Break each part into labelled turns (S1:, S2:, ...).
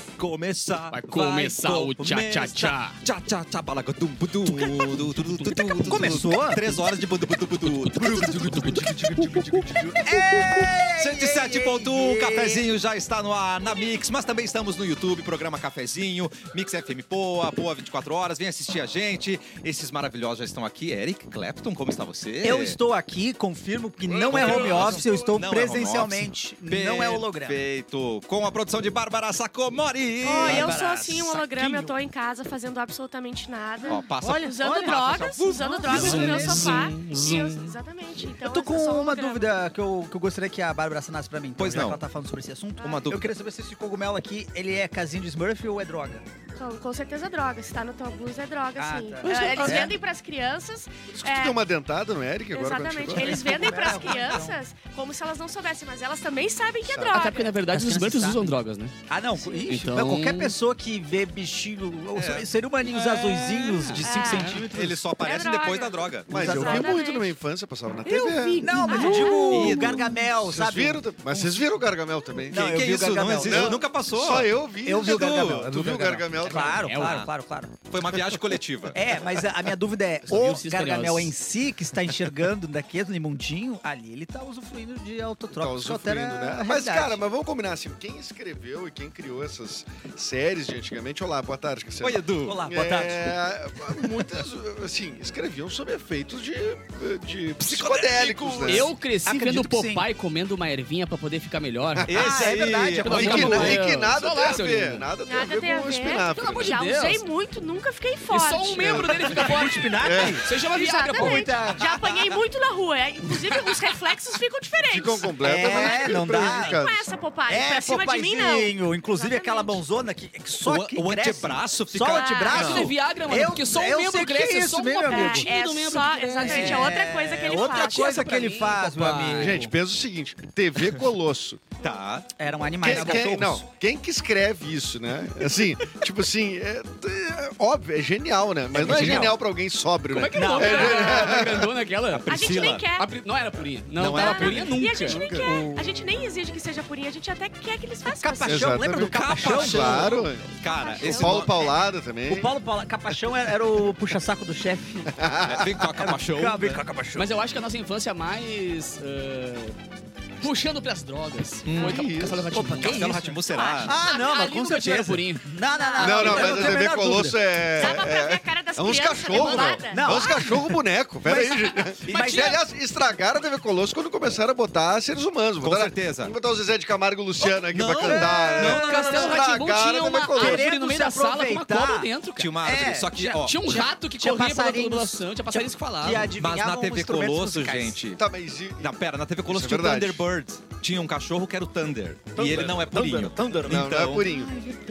S1: começar.
S2: Vai começar o tchá, tchá, tchá.
S1: Tchá, tchá, tchá, balagadum-budu.
S3: Começou?
S1: Três horas de budu-budu-budu. 107.1, Cafezinho já está no ar na Mix, mas também estamos no YouTube, programa Cafezinho, Mix FM Poa, Poa 24 horas, vem assistir a gente. Esses maravilhosos já estão aqui. Eric Clapton, como está você?
S3: Eu estou aqui, confirmo que não é home office, eu estou presencialmente, não é holograma.
S1: Perfeito. Com a produção de Bárbara Sacomori.
S4: Ó, eu sou
S3: Bárbara,
S4: assim, um holograma,
S3: saquinho.
S4: eu tô em casa fazendo absolutamente nada.
S1: Ó, passa-
S4: Olha, usando
S3: olha,
S4: drogas,
S3: passa-
S4: usando drogas no meu
S2: Zum,
S4: sofá.
S2: zum,
S4: E
S2: zum.
S4: eu- exatamente. Então,
S3: Eu tô com
S4: sou um
S3: uma
S4: holograma.
S3: dúvida que eu, que eu gostaria que a Bárbara sanasse pra mim. então,
S1: Pois
S3: já
S1: não.
S3: que ela tá falando sobre esse assunto.
S1: Uma dúvida.
S3: Eu queria saber se esse cogumelo aqui, ele é casinho de Smurf ou é droga?
S4: Com, com certeza droga. Se tá no tua blusa, é droga,
S3: Ah,
S4: sim.
S3: tá.
S4: É, Eles
S3: É?
S4: vendem pras crianças.
S5: Por isso que
S4: É.
S5: tu deu uma dentada no Eric agora quando
S4: exatamente.
S5: chegou.
S4: Eles vendem pras
S3: Não,
S4: crianças como se elas não soubessem, mas elas também sabem que é
S5: Sabe.
S4: droga.
S2: Até porque, na verdade,
S3: As
S2: os Smurfs
S3: crianças
S2: usam
S3: sabem.
S2: drogas, né?
S3: Ah, não. Ixi,
S2: Então-
S3: não, Qualquer pessoa que vê bichinho, ou
S1: É.
S3: ser humaninhos azuizinhos de 5
S4: É.
S3: centímetros.
S1: Eles só aparecem
S4: droga.
S1: depois da droga.
S5: Mas eu vi
S4: Exatamente.
S5: muito na minha infância, passava na TV.
S4: Eu vi.
S3: Não, mas eu
S4: Ah,
S3: digo
S1: Duvido.
S3: Gargamel,
S5: Vocês
S3: sabe?
S5: viram? Mas vocês viram o Gargamel também?
S3: Não,
S1: que
S3: eu
S1: que é
S3: vi o
S1: isso? Não
S3: Gargamel.
S1: existe,
S5: Não.
S1: nunca passou.
S5: Só eu vi.
S3: Eu vi o
S1: Edu,
S3: Gargamel. eu
S5: Tu
S3: vi
S5: viu o Gargamel? Tá
S3: Claro,
S2: É
S3: claro,
S2: lá.
S3: claro, claro.
S1: Foi uma viagem coletiva.
S3: É, mas a, a minha dúvida é,
S2: Só vi os
S3: o
S2: cisnes
S3: Gargamel
S2: curiosos.
S3: em si, que está enxergando daquele mundinho, ali ele tá usufruindo de
S5: Tá
S3: autotrópico. só
S5: usufruindo,
S3: altera a
S5: né? Mas,
S3: realidade.
S5: cara, mas vamos combinar assim. Quem escreveu e quem criou essas séries de antigamente... Olá, boa tarde, Cassiano.
S1: Oi, Edu.
S3: Olá, boa tarde.
S5: É, muitas, assim, escreviam sob efeitos de, de psicodélicos, né?
S2: Eu cresci
S3: É. Acredito
S2: vendo
S3: que sim.
S2: Popeye comendo uma ervinha pra poder ficar melhor.
S1: Esse
S3: Ah, é
S1: aí.
S3: verdade, é
S2: Pelo
S5: E
S2: amor
S5: que,
S2: de
S5: e
S2: Deus.
S5: que nada
S2: Olha
S5: tem
S2: lá,
S5: a
S2: seu
S5: ver.
S2: lindo.
S5: Nada tem a
S4: Nada
S5: ver
S4: tem a
S5: com o
S4: ver. É
S5: espinafre.
S4: Pelo amor de
S2: Já
S4: Já
S2: usei
S4: usei muito, nunca fiquei
S2: E
S4: forte.
S2: só um membro dele
S3: Tá
S2: fica forte. Você chama Viagra, pô.
S4: Exatamente. Já apanhei muito na rua. é. Inclusive, os reflexos ficam diferentes.
S5: Ficam completas,
S3: É,
S5: mas
S3: não dá.
S4: com
S5: prejudicados.
S4: essa, Popeye.
S3: É,
S4: Ah, pra cima de mim, não.
S3: Popaizinho. Inclusive aquela
S4: Exatamente.
S3: mãozona que, que só
S1: O,
S3: que
S1: o
S3: cresce.
S1: antebraço fica.
S3: Só o antebraço?
S2: Isso é Viagra, mano.
S3: Ah, Eu-
S2: porque só
S3: eu
S2: um
S3: sei
S2: membro
S3: que
S2: cresce,
S3: é
S2: é
S3: isso,
S2: só
S3: meu
S2: uma
S3: amigo.
S2: pontinha do membro.
S4: só-
S2: que cresce.
S4: exatamente, é outra coisa que ele
S3: outra
S4: faz.
S3: coisa
S2: Essa
S3: que
S2: pra
S3: ele
S2: mim,
S3: faz, meu
S2: papai.
S3: amigo.
S5: Gente, pensa o seguinte. TV Colosso.
S1: Tá.
S3: eram animais.
S5: Quem,
S3: eram
S5: quem-
S3: cachorros.
S5: não, quem que escreve isso, né? Assim, tipo assim, é, é óbvio, é genial, né? Mas
S3: É
S5: não é
S3: genial.
S5: genial pra alguém sóbrio,
S2: Como
S5: né?
S2: é que é o nome da da grandona aquela?
S4: A gente nem quer.
S2: A pri- Não era purinha. Não,
S1: Não
S2: tava
S1: era
S2: purinha
S4: E
S2: nunca.
S4: a gente nem
S5: é Nunca.
S4: quer. A gente nem exige que seja purinha. A gente até quer que eles façam.
S3: Capachão,
S4: assim.
S5: Exatamente.
S3: lembra do capachão?
S5: Claro.
S1: Cara,
S4: Capachão.
S5: O
S1: esse
S5: Paulo Paulada também.
S3: O Paulo, Paula- Capachão era, era o puxa-saco do chefe.
S1: nome- Vem com a capachão.
S3: Vem cá, Capachão.
S2: Mas eu acho que a nossa infância é mais. ah, puxando pras drogas.
S3: Hum,
S2: Foi
S5: que
S2: Ca-
S5: isso.
S2: Castelo Rá-Tim-Bum.
S1: Opa, Castelo Ratimbu será.
S3: Ah, não, mas
S2: Ali
S3: com
S2: nunca tiveram
S3: certeza.
S2: purinho.
S3: Não, não, não.
S5: Não,
S3: eu
S5: não, mas
S3: tenho
S5: a
S3: a
S5: TV
S3: menor
S5: Colosso
S4: Dá pra
S5: é...
S4: ver a cara das
S5: É uns
S4: crianças Ah,
S5: cachorros,
S4: rebolada?
S3: Não.
S5: não. É uns cachorros boneco. Pera aí, gente.
S2: Mas
S5: Mas,
S2: tinha-
S5: aliás, estragaram a TV Colosso quando começaram a botar seres humanos.
S1: Com
S5: Botaram-
S1: certeza.
S5: Vamos botar o Zezé de Camargo e o Luciano aqui
S1: não,
S5: pra cantar. né?
S2: Não, Castelo
S5: Estragaram
S2: Rá-Tim-Bum tinha
S5: a TV
S2: uma
S5: Colosso.
S2: árvore no meio da
S3: Querendo se
S2: sala com uma
S3: tá aproveitar,
S2: cobra dentro, cara.
S1: Tinha uma árvore,
S3: É,
S1: só que,
S3: tinha-
S1: ó.
S2: Tinha um rato que
S3: tinha
S2: corria pela
S3: passarinhos-
S2: população, tinha passarinhos que falavam.
S3: que adivinhavam
S1: Mas na TV
S3: instrumentos
S1: Colosso,
S3: musicais.
S1: gente.
S5: Tá, mas e-
S1: Na, pera, na TV Colosso
S5: Isso é
S1: tinha o
S5: verdade.
S1: Thunderbird. Tinha um cachorro que era o Thunder. E ele não é purinho.
S3: Thunder,
S5: Não, não é
S1: Então-
S5: purinho.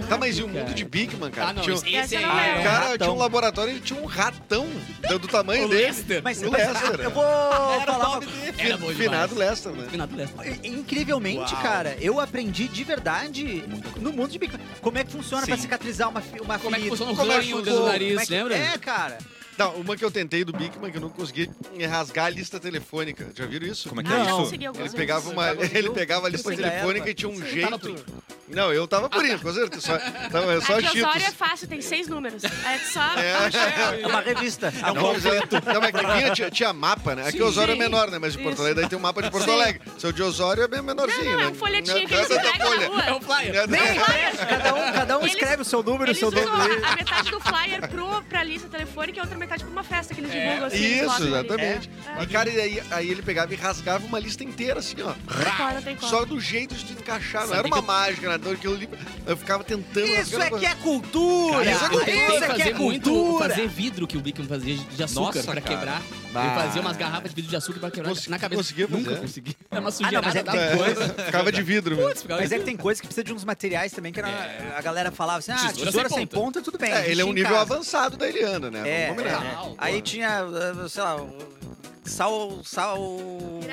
S5: tá, mas e o
S2: cara.
S5: mundo de Big Man, cara?
S2: Ah, não,
S5: tinha,
S2: esse,
S4: Essa
S2: esse aí
S4: não é.
S2: era
S5: o
S2: um
S3: um
S5: cara
S3: ratão.
S5: tinha um laboratório e tinha um ratão do, do tamanho
S2: O
S5: dele.
S2: Lester.
S3: Mas,
S5: O
S3: mas eu,
S5: Lester,
S3: eu
S5: né?
S3: vou falar uma é,
S2: Era é bom demais.
S5: Finado Lester, né?
S2: Finado Lester.
S3: Incrivelmente,
S1: Uau.
S3: cara, eu aprendi de verdade no mundo de Big Mac. Como é que funciona
S1: Sim.
S3: pra cicatrizar uma, fi- uma
S2: Como é que
S3: ferida?
S2: funciona o
S5: Como é que
S2: ranho dentro do
S3: Como
S5: funciona?
S2: nariz,
S3: é que-
S2: lembra?
S3: É, cara.
S5: Não, uma que eu tentei do Big Man que eu não consegui é rasgar a lista telefônica. Já viram isso?
S1: Como é que
S4: Ah,
S1: é
S4: eu
S1: isso?
S4: consegui algumas
S5: Ele
S4: vezes.
S5: pegava, uma,
S3: Você tava
S5: ele
S3: no-
S5: pegava a
S3: você
S5: lista
S3: pegava
S5: telefônica e tinha um
S2: Você tava
S5: jeito. Não, eu tava purinho, com certeza. Só, tava, é só
S4: Aqui, o Osório é
S5: cheetos.
S4: fácil, tem seis números. É só...
S3: É uma revista.
S5: Não, mas, é- não, mas que vinha, tinha, tinha mapa, né? Aqui
S2: Sim.
S5: o Osório é
S4: Sim.
S5: menor, né? Mas de Porto
S4: Isso.
S5: Alegre daí tem um mapa de Porto Alegre. Seu de Osório é bem menorzinho,
S4: Não, não,
S5: né?
S4: é um folhetinho que eles
S5: Não é tanta
S4: pegam na
S5: folha.
S4: rua.
S2: É o Flyer.
S5: Não é-
S3: Nem flyers. Cada um, cada um
S4: Eles-
S3: escreve o seu número, o
S4: Eles
S3: seu
S4: usam
S3: nome.
S4: a, a metade do flyer pro, pra lista telefônica e a outra metade pra uma festa que eles divulgam assim. eles
S5: É, Isso,
S4: botam ali.
S5: exatamente.
S4: É.
S5: E cara, e aí, aí ele pegava e rasgava uma lista inteira, assim, ó.
S4: É. Tem cola, tem cola.
S5: Só do jeito de tu encaixar, não
S2: Sabe
S5: era uma
S2: que eu-
S5: mágica, né? Então aquilo ali, eu ficava tentando.
S3: Isso
S5: rasgando,
S3: é que
S5: rasgando.
S3: é cultura.
S5: Cara, isso é
S2: eu tentei
S5: cultura.
S3: Isso é que é
S2: fazer muito,
S3: cultura.
S2: fazer vidro que o Bickham fazia de de açúcar
S1: Nossa, cara.
S2: pra quebrar.
S3: Bah.
S2: Ele fazia umas garrafas de vidro de açúcar pra quebrar
S5: Consegui-
S2: na cabeça.
S5: conseguia fazer?
S2: Nunca consegui. Era uma sujeira.
S3: Ah, não, mas é que tem
S5: É,
S3: coisa.
S5: ficava de vidro mesmo.
S3: Mas é que tem coisa que precisa de uns materiais também, que era- a galera falava assim, ah, tesoura, sem, ponta. tudo bem. a
S5: É,
S3: gente
S5: ele é um
S3: tinha em
S5: nível
S3: casa.
S1: um
S5: avançado da Eliana, né?
S3: É,
S5: Vamos combinar.
S3: é. Aí tinha, uh, sei lá, o Sal. Sal.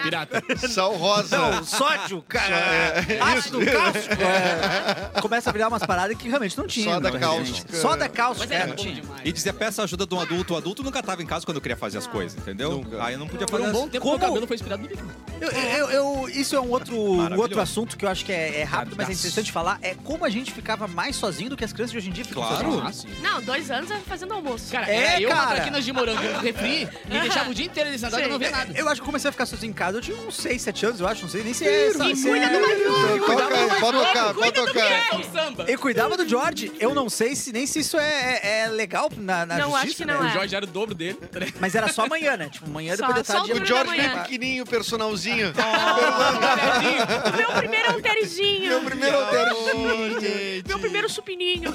S2: Pirata.
S5: Sal rosa.
S3: Não, sódio, cara. Ácido cáustico. É, Começa a virar umas paradas que realmente não tinha.
S5: Soda
S3: né,
S5: cáustica.
S3: gente? Soda
S2: Mas
S3: cáustica.
S2: era
S3: É, não
S2: bom
S3: tinha.
S2: demais.
S1: E dizia, peça ajuda de um adulto. O adulto nunca tava em casa quando eu queria fazer as coisas, entendeu?
S5: Nunca.
S1: Aí eu não podia
S2: Por
S1: fazer
S2: um
S1: as
S2: bom tempo,
S3: Como-
S2: meu cabelo foi inspirado no Big Mac.
S3: Eu- eu- eu- isso é um outro, um
S1: Maravilhoso.
S3: outro assunto que eu acho que é, é rápido, mas é
S1: Abraço.
S3: interessante falar. É como a gente ficava mais sozinho do que as crianças de hoje em dia ficam
S1: Claro.
S3: sozinhas.
S2: Ah, sim.
S4: Não, dois anos é fazendo almoço.
S2: Cara,
S3: É,
S2: era eu
S3: cara.
S2: na traquinas de morango no refri, me deixava o dia inteiro nesse negócio e eu não
S4: é
S2: via nada.
S3: Eu acho que eu comecei a ficar sozinho em casa, eu tinha uns 6, 7 anos, eu acho, não sei nem se é essa.
S4: E
S3: se
S4: cuida
S3: é-
S4: do mais novo.
S5: Pode tocar, pode tocar, pode tocar.
S2: É o samba.
S3: Eu cuidava do George, eu não sei se nem se isso é, é- é legal na, na
S4: Não, acho
S3: justiça,
S4: que não
S3: né?
S2: O
S4: é.
S2: Jorge era o dobro dele.
S3: Mas era só amanhã, né? Tipo, amanhã
S4: Só-
S3: depois da
S4: só
S3: tarde.
S4: o
S5: O
S4: da
S5: George
S4: manhã.
S5: bem pequenininho, personalzinho.
S4: O meu primeiro é um alterinho.
S5: Meu primeiro alternativo.
S4: Meu primeiro supininho.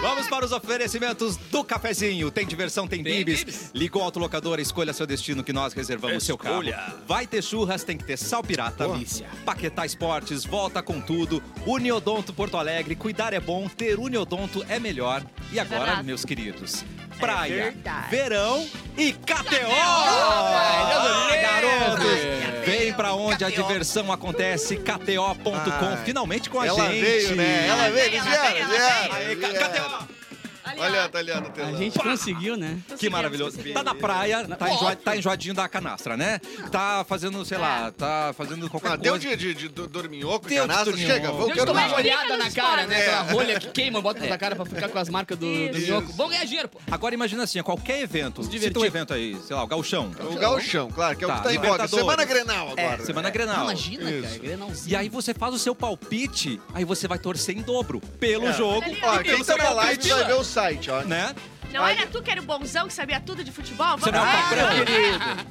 S1: Vamos para os oferecimentos do cafezinho. Tem diversão, tem,
S2: Tem
S1: bibis.
S2: bibis.
S1: Ligou o autolocador, escolha seu destino que nós reservamos seu carro. Vai ter churras, tem que ter sal pirata.
S2: Delícia.
S1: Paquetá Esportes, volta com tudo. Uniodonto Porto Alegre, cuidar é bom, ter Uniodonto é melhor. E agora,
S4: verdade.
S1: meus queridos, praia,
S4: verdade.
S1: verão e KTO!
S2: velho,
S1: garoto!
S2: adorei.
S1: Vem pra onde a
S3: KTO.
S1: diversão acontece, kto.com,
S5: Ai,
S1: finalmente com a
S5: Ela
S1: gente.
S5: veio, né? Ela veio,
S4: Ela
S5: eles
S4: veio,
S5: vieram,
S4: ela
S5: vieram.
S1: Aê, K-
S5: vieram.
S1: KTO!
S5: Olha, tá olhando, tá
S2: A
S5: olhando.
S2: gente conseguiu, né?
S1: Que maravilhoso. Tá na praia, tá, enjoa, tá enjoadinho da canastra, né? Tá fazendo, sei lá, tá fazendo qualquer
S5: Ah,
S1: coisa.
S5: deu de, de, de do- dorminhoco,
S1: Deu de
S5: canastra.
S1: dorminhoco.
S5: Chega, vou,
S1: Deu
S2: Deixa eu
S5: quero
S2: tomar uma
S5: mais.
S4: olhada.
S2: olhada na
S4: Explica nos
S2: cara, né?
S5: É.
S2: Aquela rolha que queima, bota na cara pra ficar com as marcas do, do
S4: Isso.
S2: minhoco. Vamos ganhar dinheiro, pô.
S1: Agora imagina assim, qualquer evento,
S2: Se
S1: cita
S2: divertir.
S1: um evento aí, sei lá, o gauchão,
S5: O gauchão, claro, que é o
S1: Tá,
S5: que tá em voga.
S1: Libertadores.
S5: Semana Grenal agora.
S1: Semana
S5: É.
S1: Grenal.
S2: Imagina,
S5: Isso.
S2: cara. Grenalzinho.
S1: E aí você faz o seu palpite, aí você vai torcer em dobro pelo
S5: É.
S1: jogo,
S5: Ó,
S1: pelo
S5: quem tá
S1: seu
S5: na live
S1: palpite,
S5: vai ver o site, ó.
S1: né?
S4: Não era tu que era o bonzão que sabia tudo de futebol?
S1: Você não é
S4: lá.
S1: um patrão.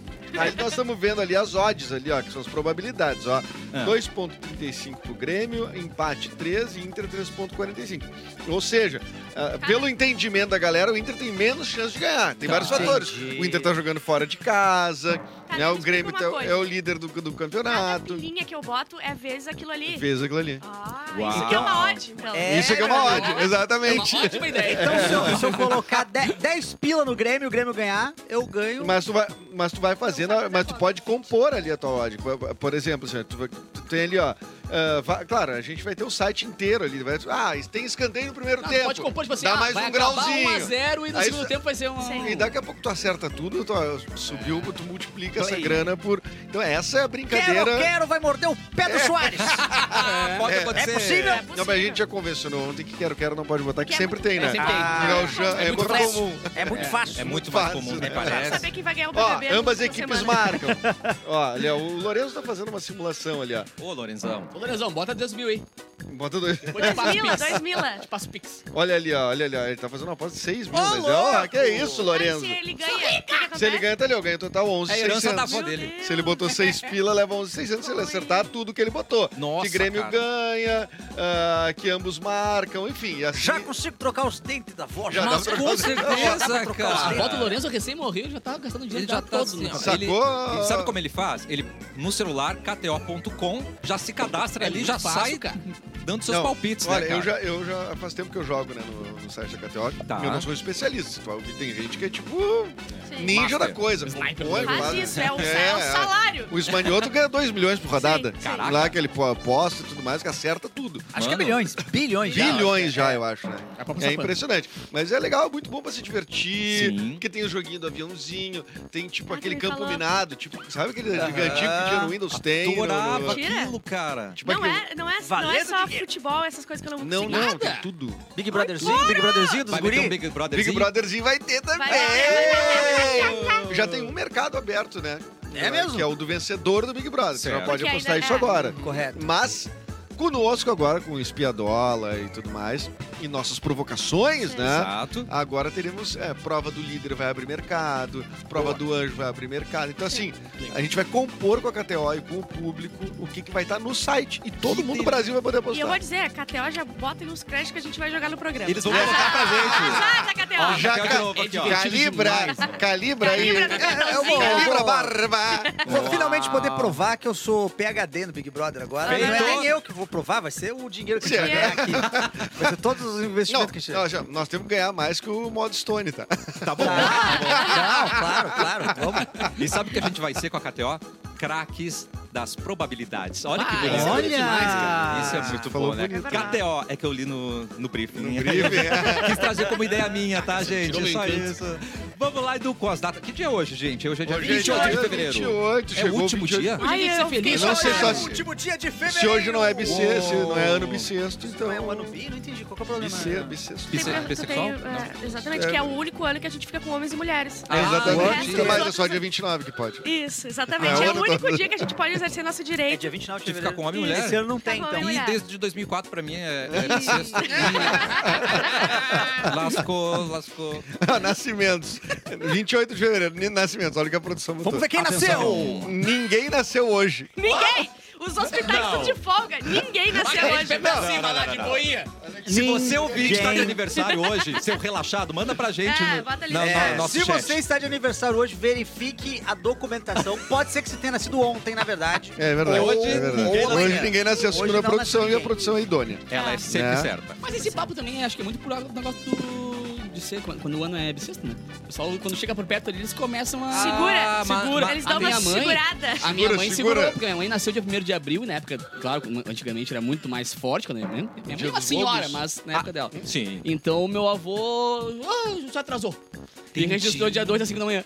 S2: é
S5: Aí nós estamos vendo ali as odds ali, ó, que são as probabilidades, ó.
S1: É.
S5: 2.35 pro Grêmio, empate 13 e Inter 3.45. Ou seja, ah, pelo entendimento da galera, o Inter tem menos chance de ganhar. Tem vários
S1: Entendi.
S5: fatores. O Inter tá jogando fora de casa,
S4: Tá,
S5: né,
S4: me
S5: o
S4: explica
S5: Grêmio
S4: uma
S5: tá-
S4: coisa.
S5: é o líder do, do
S4: Cada
S5: campeonato.
S4: pilinha que eu boto é vezes aquilo ali.
S5: Fez aquilo ali.
S4: Ah,
S1: Uau.
S4: isso aqui é uma ótima, então.
S3: É,
S5: Isso aqui é uma
S3: cara.
S5: odd,
S2: É uma
S5: exatamente.
S2: ótima ideia.
S3: Então, se
S1: É.
S3: eu, se eu colocar 10, 10 pila no Grêmio e o Grêmio ganhar, eu ganho.
S5: Mas tu vai, mas tu vai fazendo, a-
S2: é
S5: mas tu pode compor ali a tua odd. Por- Por exemplo, assim, tu, vai- tu tem ali, ó. ah, va- claro, a gente vai ter o site inteiro ali. Vai, ah, tem escanteio no primeiro
S2: Não,
S5: tempo.
S2: pode compor, tipo assim,
S5: dá
S2: ah,
S5: mais
S2: vai
S5: um
S2: acabar
S5: grauzinho.
S2: 1 a 0 e no
S5: Aí
S2: segundo
S5: isso-
S2: tempo vai ser um...
S4: Sim.
S5: E daqui a pouco tu acerta tudo, tu ah, subiu, tu multiplica essa
S2: é
S3: Play.
S5: grana por. Então essa é a brincadeira.
S3: Quero, quero, vai morder o pé do Soares.
S1: Ah, É. Pode acontecer.
S3: É possível?
S4: É
S5: Não,
S4: possível.
S5: mas a gente já convencionou ontem que quero, quero não pode botar, que,
S4: Que é
S5: sempre
S4: muito-
S5: tem, né?
S2: É, sempre tem.
S5: Ah,
S2: É muito
S5: gaúcha, é muito
S3: fácil.
S5: comum.
S3: É muito fácil.
S1: É muito mais
S5: Fácil,
S1: comum,
S5: né?
S1: né?
S4: Quero
S1: Parece.
S4: saber quem vai ganhar o BBB.
S5: Ó,
S4: no
S5: ambas
S4: fim de
S5: equipes
S4: semana.
S5: marcam. Ó, ali, ó, o Lourenço tá fazendo uma simulação ali, ó.
S1: Ô, Lorenzão.
S2: Ô, Lorenzão, bota 2 mil aí.
S5: Bota dois.
S2: Vou te
S4: Dois
S2: passar
S4: mila,
S2: pix.
S4: dois mila.
S2: Te passo pix.
S5: Olha ali, ó, olha ali, ó. Ele tá fazendo uma aposta de 6 mil,
S3: Ô,
S5: mas ó,
S3: louco!
S5: que é isso,
S4: Mas
S5: Lorenzo?
S4: se ele ganha, o que que acontece?
S5: Se ele ganha, tá ali, eu ganho total 11,
S1: É a herança da
S5: 600.
S1: avó
S4: Meu
S1: dele.
S4: Deus.
S5: Se ele botou 6 pila, leva 11, 600, se ele acertar tudo que ele botou.
S1: Nossa,
S5: que Grêmio
S1: cara.
S5: ganha, ah, que ambos marcam, enfim. Assim,
S3: Já consigo trocar os dentes da voz.
S5: Já
S1: Mas
S5: dá pra
S1: com
S5: fazer.
S1: certeza,
S2: Ah,
S1: cara.
S2: bota o Lorenzo recém morreu e já tá gastando dinheiro
S1: Ele já tá
S2: todo,
S1: assim,
S2: né?
S1: ó.
S5: Sacou?
S1: Ele- ele sabe como ele faz? Ele, no celular, kto.com, já se cadastra ali, já sai
S2: cara.
S1: dando seus
S5: Não,
S1: palpites,
S5: Olha,
S1: né, cara?
S5: eu, já, eu já faz tempo que eu jogo, né, no, no site da KTO.
S1: Tá.
S5: Eu não sou especialista. tu- Tem gente que é tipo
S4: Sim.
S5: ninja
S1: Master.
S5: da coisa.
S2: Sniper
S5: Põe,
S2: do
S4: Faz
S5: faz-
S4: isso, é um,
S5: É,
S4: é um
S5: é.
S4: salário.
S5: O Esmanioto ganha 2 milhões por rodada.
S4: Sim, sim.
S5: Caraca. Lá que ele pô- aposta e tudo mais, que acerta tudo.
S3: Acho que é
S1: Mano.
S3: bilhões. Bilhões. já.
S5: Bilhões já, eu acho, né?
S2: É pra passar
S5: É
S2: pano.
S5: impressionante. Mas é legal, é muito bom pra se divertir.
S1: Sim.
S5: Porque tem o joguinho do aviãozinho, tem tipo
S4: Ah,
S5: aquele
S4: que nem
S5: campo
S4: falava.
S5: minado, tipo, sabe aquele antigo que tinha no Windows? Tem. no- no-
S1: Adorava
S5: no-
S4: Mentira.
S1: aquilo, cara.
S5: tipo
S4: Não
S5: aquilo.
S4: é, não, é, não é
S3: Valendo
S4: só
S3: dinheiro.
S4: futebol, essas coisas que eu não
S5: Não, é
S4: consigo.
S5: não,
S2: nada.
S5: tem tudo.
S3: Big Brotherzinho, Big Brotherzinho dos
S1: Vai meter um
S3: guri.
S1: Big Brotherzinho.
S5: Big Brotherzinho vai ter também. Já tem um mercado aberto, né?
S3: É mesmo?
S5: Que é o do vencedor do Big Brother. Você não
S1: Certo.
S5: pode
S4: Porque
S5: apostar
S4: ainda-
S5: isso
S4: é.
S5: agora.
S3: Correto.
S5: Mas conosco agora, com espiadola e tudo mais, e nossas provocações, né?
S1: Exato.
S5: Agora teremos é, prova do líder vai abrir mercado, prova do anjo vai abrir mercado. Então, assim, a gente vai compor com a KTO e com o público o que, que vai estar no site. E
S1: Que
S5: todo mundo
S1: delícia.
S5: do Brasil vai poder
S4: E eu vou
S5: apostar.
S4: dizer, a KTO já bota aí uns créditos que a gente vai jogar no programa.
S1: Eles vão colocar pra gente.
S4: Azar da KTO.
S1: Ah,
S5: Já
S1: Raquel de
S5: ca-
S1: novo aqui, ó.
S5: Calibra, calibra aí.
S4: Calibra no
S5: É, é o
S4: cartãozinho.
S5: calibra barba.
S3: Vou
S1: Uau.
S3: finalmente poder provar que eu sou PHD no Big Brother agora.
S1: Feito.
S3: Não é nem eu que vou provar, vai ser o dinheiro que a gente vai ganhar aqui. Vai ser todos os investimentos
S5: Não,
S3: que chegam.
S5: nós, já- nós temos que ganhar mais que o modo Stone, tá?
S1: Tá bom.
S3: Não, Ah, claro.
S1: claro, claro. Vamos. E sabe o que a gente vai ser com a KTO? Craques das probabilidades. Olha que
S2: Ah,
S1: beleza.
S2: isso é Olha! demais, cara.
S1: Isso é muito
S5: Falou
S1: bom, né?
S5: bonito.
S1: KTO é que eu li no, no briefing.
S5: No briefing.
S1: Quis trazer como ideia minha, tá, gente?
S2: tirou meu
S1: Só
S2: encanto.
S1: isso. Vamos lá, Edu, com as datas. Que dia é hoje, gente? Hoje é dia
S5: Hoje é
S1: 28 de
S5: dia
S1: fevereiro.
S5: 28,
S1: é o
S5: chegou
S1: último
S5: 28.
S1: dia?
S2: Hoje
S4: Ai,
S2: tem que
S4: eu
S2: ser
S3: Então
S4: fiquei
S2: feliz.
S3: né?
S5: Eu não sei
S2: olha.
S5: só
S3: é o último dia de fevereiro.
S5: Se hoje não é bissexto, se
S1: Uou.
S5: não é ano bissexto, então
S3: Não é o ano bi? Não entendi. Qual que é o problema?
S5: bissexto. bissexto.
S1: Bisse-
S4: Sempre-
S1: bissexual?
S4: tem, é, exatamente,
S5: É.
S4: que é o único ano que a gente fica com homens e mulheres.
S1: Ah,
S5: É
S4: O
S1: o
S5: exatamente.
S1: ano
S4: resto
S1: bi-
S5: Nunca
S4: dos
S5: mais é
S4: outros-
S5: só dia 29 que pode.
S4: Isso, exatamente.
S5: Ah,
S4: É
S5: olha
S4: o único
S5: todo.
S4: dia que a gente pode exercer nosso
S3: É
S4: direito.
S3: dia 29 de
S1: Que
S3: fevereiro.
S1: ficar com homem e
S4: Isso.
S1: mulher?
S3: Esse ano não tem,
S4: Tá bom,
S3: então.
S4: hein?
S1: E
S4: Mulher.
S1: desde 2004 pra mim é, é bissexto. Ih. lascou, lascou.
S5: Ah, Nascimentos. 28 de fevereiro, ni- nascimentos. Olha o que a produção botou.
S3: Vamos ver quem
S1: Atenção.
S3: nasceu.
S5: Ninguém nasceu hoje.
S4: Ninguém! Os hospitais
S1: Não.
S4: estão de folga. Ninguém nasceu
S2: Olha,
S4: hoje.
S2: vai é pra cima lá de boinha.
S1: Se você ouvir que tá está de
S3: Ninguém.
S1: aniversário hoje, seu relaxado, manda pra gente
S4: É,
S1: no,
S4: bota ali.
S1: na- na-
S4: É,
S1: nosso
S3: se
S1: chat.
S3: você está de aniversário hoje, verifique a documentação. Pode ser que você tenha nascido ontem, na verdade.
S5: É verdade.
S1: Hoje
S5: é verdade.
S1: ninguém
S5: hoje
S3: nasceu.
S5: ninguém nasceu,
S3: Hoje
S5: segundo a
S3: não
S5: produção,
S3: nasceu
S5: e a produção é idônea.
S1: Ela é sempre
S5: Né?
S1: certa.
S2: Mas esse papo também acho que é muito por causa do negócio do... de ser quando, quando o ano é bissexto, né? O pessoal, quando chega por perto ali, eles começam a...
S4: Segura.
S1: ma-
S2: Segura.
S1: ma-
S4: Eles dão
S2: A
S4: uma
S2: minha mãe-
S4: segurada.
S2: A minha
S5: Segura,
S2: mãe
S5: segura.
S2: segurou, porque minha mãe nasceu dia 1 de abril, e na época, claro, antigamente era muito mais forte quando eu lembro. Minha mãe é uma
S5: dos
S2: senhora,
S5: lobos. Ah,
S2: mas na época dela.
S1: Sim.
S2: Então o meu avô ah, já atrasou. E
S1: Entendi.
S2: registrou dia 2 às 5 da manhã.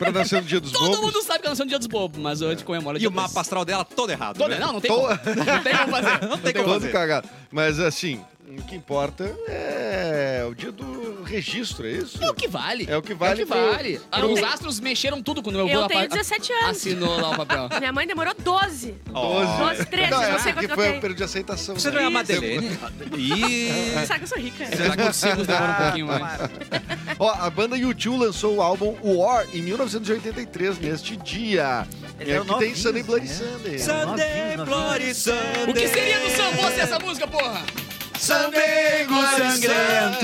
S5: Pra nascer no dia dos
S2: Todo
S5: bobos.
S2: mundo sabe que ela nasceu no dia dos bobos, mas eu te comemoro
S1: E
S2: dia
S1: o mapa
S2: dois.
S1: astral dela todo errado.
S2: Todo,
S1: né?
S2: não, não tem
S5: Tô-
S2: como. Não tem como fazer. Não tem como
S5: tá Todo
S2: fazer.
S5: cagado. Mas assim, o que importa é o dia do registro, é isso?
S2: É o que vale.
S5: É o que vale
S2: É o que
S5: pro-
S2: vale. Ah,
S5: pro-
S2: Os astros mexeram tudo quando meu avô
S4: Eu
S2: apa-
S4: tenho 17 anos.
S2: assinou lá o papel.
S4: Minha mãe demorou 12.
S1: Ó.
S4: 12, 13,
S5: Não,
S4: não,
S5: é
S4: sei
S5: porque
S4: quanto eu
S5: foi o
S4: tenho.
S5: período de aceitação.
S1: Você
S5: né?
S1: não é a Madeleine? Ih.
S4: Sabe que eu sou rica.
S2: Será que os cegos demoram um pouquinho mais?
S3: tomara.
S5: Ó, a banda U2 lançou o álbum War em 1983, neste dia.
S3: Eles
S5: é,
S3: eram
S5: que tem
S3: novinhos,
S5: Sunny Bloody
S3: né?
S5: Sunday.
S1: Sunday, Bloody Sunday.
S2: O que seria do Sambo se essa música, porra?
S1: Domingo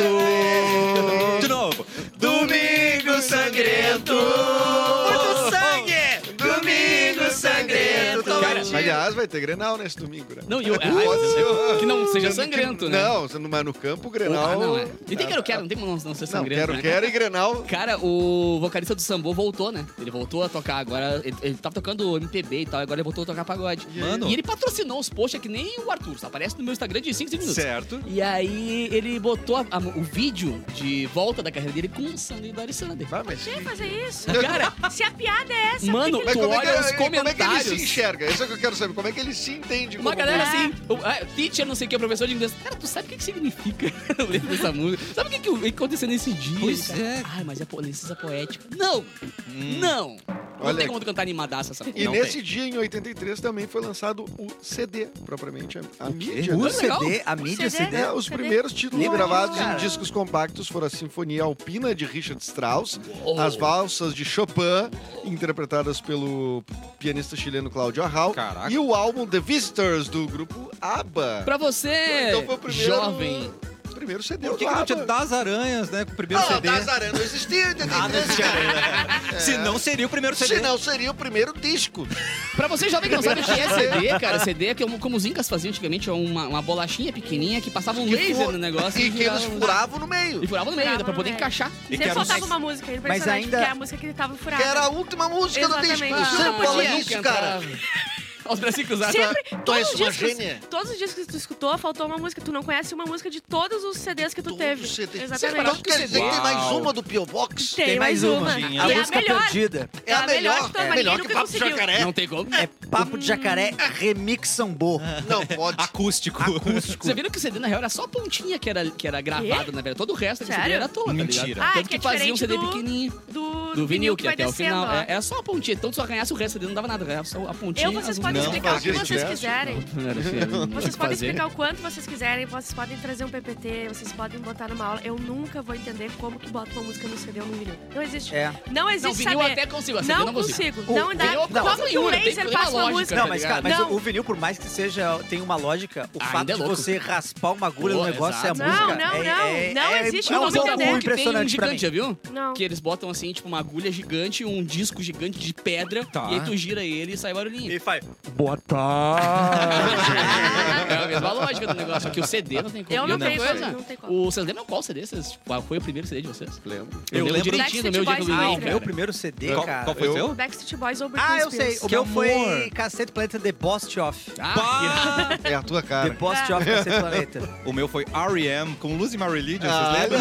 S1: sangrento. De novo. Domingo sangrento. Oh,
S3: Muito sangue!
S1: Domingo um sangrento.
S3: Cara,
S5: Aliás, vai ter Grenal nesse domingo, né?
S2: Não, e eu, é,
S5: Pode ser.
S2: que não seja
S5: Que-
S2: sangrento, né?
S5: Não, você não vai no campo, Grenal...
S2: Ah, não, é. E tem quero, quero, não tem como não, não ser
S5: Não,
S2: sangrento,
S5: quero,
S2: né?
S5: quero e Grenal...
S2: Cara, o vocalista do Sambo voltou, né? Ele voltou a tocar agora. Ele, ele tava tocando MPB e tal, agora ele voltou a tocar pagode.
S1: Mano.
S2: E ele patrocinou os posts, é que nem o Arthur, só aparece no meu Instagram de 5, 5 minutos.
S1: Certo.
S2: E aí ele botou a- a- o vídeo de volta da carreira dele com o Sandy e Dory Sandy.
S5: Vai, mas...
S4: Quem fazer isso?
S2: Cara,
S4: Se a piada é essa,
S2: Mano,
S4: por
S5: Mas
S2: Tu
S5: como é, que,
S2: olha os
S5: como é que ele se
S2: comentários.
S5: enxerga? Isso é o que eu quero saber. Como é que ele se entende
S2: uma
S5: como
S2: galera
S4: música.
S2: assim, o, ah, teacher não sei o que, professor de inglês. Cara, tu sabe o que, que significa o letra dessa música? Sabe o que, que aconteceu nesse dia?
S1: Pois
S2: Ele, cara,
S1: é.
S2: Ai, mas é po- licença poética. Não! Não! Não
S5: Hum. Olha
S2: tem
S5: aqui.
S2: como tu cantar animadaça essa
S5: E
S1: Não
S5: nesse dia, em 83, também foi lançado o CD, propriamente a, a mídia. né?
S3: O
S2: Olha, legal.
S3: CD, a mídia
S4: CD.
S3: CD.
S5: É, os
S4: Cadê?
S5: primeiros títulos
S3: Livro,
S5: gravados
S3: cara.
S5: em discos compactos foram a Sinfonia Alpina de Richard Strauss,
S1: Oh.
S2: Uou.
S5: as valsas de Chopin, interpretadas pelo pianista chileno Claudio Arral,
S1: Caraca.
S5: e o álbum The Visitors do grupo ABBA.
S2: Pra você,
S5: Então foi o primeiro
S2: jovem.
S5: Primeiro CD
S1: Por que,
S5: do
S1: que não
S5: ABBA.
S1: tinha das aranhas, né? Com o primeiro CD.
S5: Aranha não existia,
S1: Ah, não tinha aranha. Se não, seria o primeiro CD.
S5: seria o primeiro disco.
S2: Pra você, jovem que não sabe o que é CD, cara, CD é que como, como os incas faziam antigamente, é uma, uma bolachinha pequenininha que passava um
S5: Que
S2: laser
S5: fu-
S2: no
S1: é
S2: negócio.
S5: E que eles
S1: um
S2: jogava-
S5: furavam no meio.
S2: E furava no meio,
S4: Furava
S2: dá pra
S4: no
S2: poder
S4: meio.
S2: encaixar.
S1: E que
S4: Sempre
S1: era
S4: faltava
S1: um-
S4: uma música, impressionante,
S3: ainda-
S4: porque é a música que ele tava furado.
S5: Que era a última música
S4: Exatamente.
S5: do disco.
S4: Ah,
S5: Eu
S4: não
S5: sempre falo
S4: podia.
S5: é isso, cara.
S2: Olha os bracinhos cruzados.
S4: Sempre,
S5: Tá, Tu
S4: todos,
S5: és
S4: os
S5: uma
S4: discos,
S5: gênia.
S4: todos os discos que tu escutou, faltou uma música. Tu não conhece uma música de todos os CDs que tu
S5: Todos
S4: teve.
S5: os CDs.
S2: Será?
S4: Exatamente.
S5: Então quer dizer que tem mais
S1: Uau.
S5: uma do Pio Box?
S4: Tem, mais uma.
S1: Tinha.
S4: E
S3: A
S4: é
S3: música
S4: a melhor.
S3: perdida.
S5: É a melhor.
S4: de todas,
S5: É
S4: mas
S5: melhor
S4: ninguém
S5: que
S4: nunca
S5: Papo de
S4: conseguiu.
S5: Jacaré.
S2: Não tem como.
S3: É Papo de Jacaré Remix Sambô.
S5: Não pode.
S1: Acústico.
S2: Vocês viram que o CD, na real, era só a pontinha que era, que era gravada, na verdade. Todo o resto do CD
S4: Sério?
S2: era todo, tá ligado?
S1: Mentira.
S4: Ah, é
S2: Tanto
S4: que
S2: que
S4: é
S2: fazia um
S4: diferente
S2: CD
S4: do-
S2: pequenininho.
S4: Do,
S2: Do vinil, que
S4: vai
S2: até o
S4: descendo,
S2: final.
S4: ó.
S2: É, era só a pontinha. Então tu só ganhasse o resto, CD não dava nada. Ganhava só a pontinha.
S4: Eu, vocês
S2: as músicas.
S4: podem explicar o que
S5: fazia
S4: vocês
S5: teste.
S4: quiserem.
S2: Era feio, não tinha o
S4: Vocês
S2: que
S4: podem
S2: fazer.
S4: explicar o quanto vocês quiserem, vocês podem trazer um PPT, vocês podem botar numa aula. Eu nunca vou entender como que bota uma música no CD ou no vinil. Não existe.
S3: É.
S4: Não
S2: Não,
S4: existe
S2: vinil eu
S4: saber.
S2: até consigo, a CD eu
S4: não
S2: não consigo.
S4: consigo.
S3: O-
S4: Não dá.
S5: é
S2: vinil eu
S4: Como
S2: consigo,
S4: que um
S2: tem-
S4: laser
S2: tem
S4: passa
S2: uma
S4: uma
S2: lógica. né?
S4: música?
S3: Não, mas, cara, mas
S4: Não.
S3: o, o vinil, por mais que seja, tem uma lógica, o
S2: Ah,
S3: fato
S2: ainda é
S3: de
S2: louco.
S3: você raspar uma agulha no
S2: Pô,
S3: negócio
S2: exato.
S3: é a
S4: Não,
S3: música.
S4: não,
S3: é-
S4: não.
S3: é-
S4: não
S3: é-
S4: existe
S3: é
S4: como
S3: um pouco
S4: entender.
S2: Tem um
S3: impressionante pra mim.
S2: gigante, já viu?
S4: Não.
S2: Que eles botam assim, tipo, uma agulha gigante, um disco gigante de pedra,
S1: Tá.
S2: e aí tu gira ele e sai barulhinho.
S3: faz...
S6: Boa tarde.
S2: É a mesma lógica do negócio, só que o CD não tem como.
S4: Eu
S2: E
S4: não
S2: outra
S4: tenho
S2: coisa,
S4: como, não tem como.
S2: O, vocês lembram qual CD? Vocês, qual foi o primeiro CD de vocês?
S5: Lembro.
S1: Eu lembro.
S2: direitinho do meu dia
S4: Backstreet
S2: que eu
S4: Boys,
S2: ganhei,
S4: não,
S2: cara.
S3: Ah, Meu primeiro CD,
S1: Qual,
S3: cara.
S1: qual foi o
S5: eu-
S1: seu?
S4: Backstreet Boys ou Britney
S3: Ah, eu sei.
S4: Spears.
S3: O
S1: Que
S3: meu
S1: amor.
S3: foi Cacete Planeta The Boss Off.
S2: Ah,
S5: É a tua
S3: The
S5: cara.
S3: Boss Off Cacete Planeta.
S1: O meu foi R.E.M. com Lose My Religion,
S5: Ah,
S1: vocês lembram?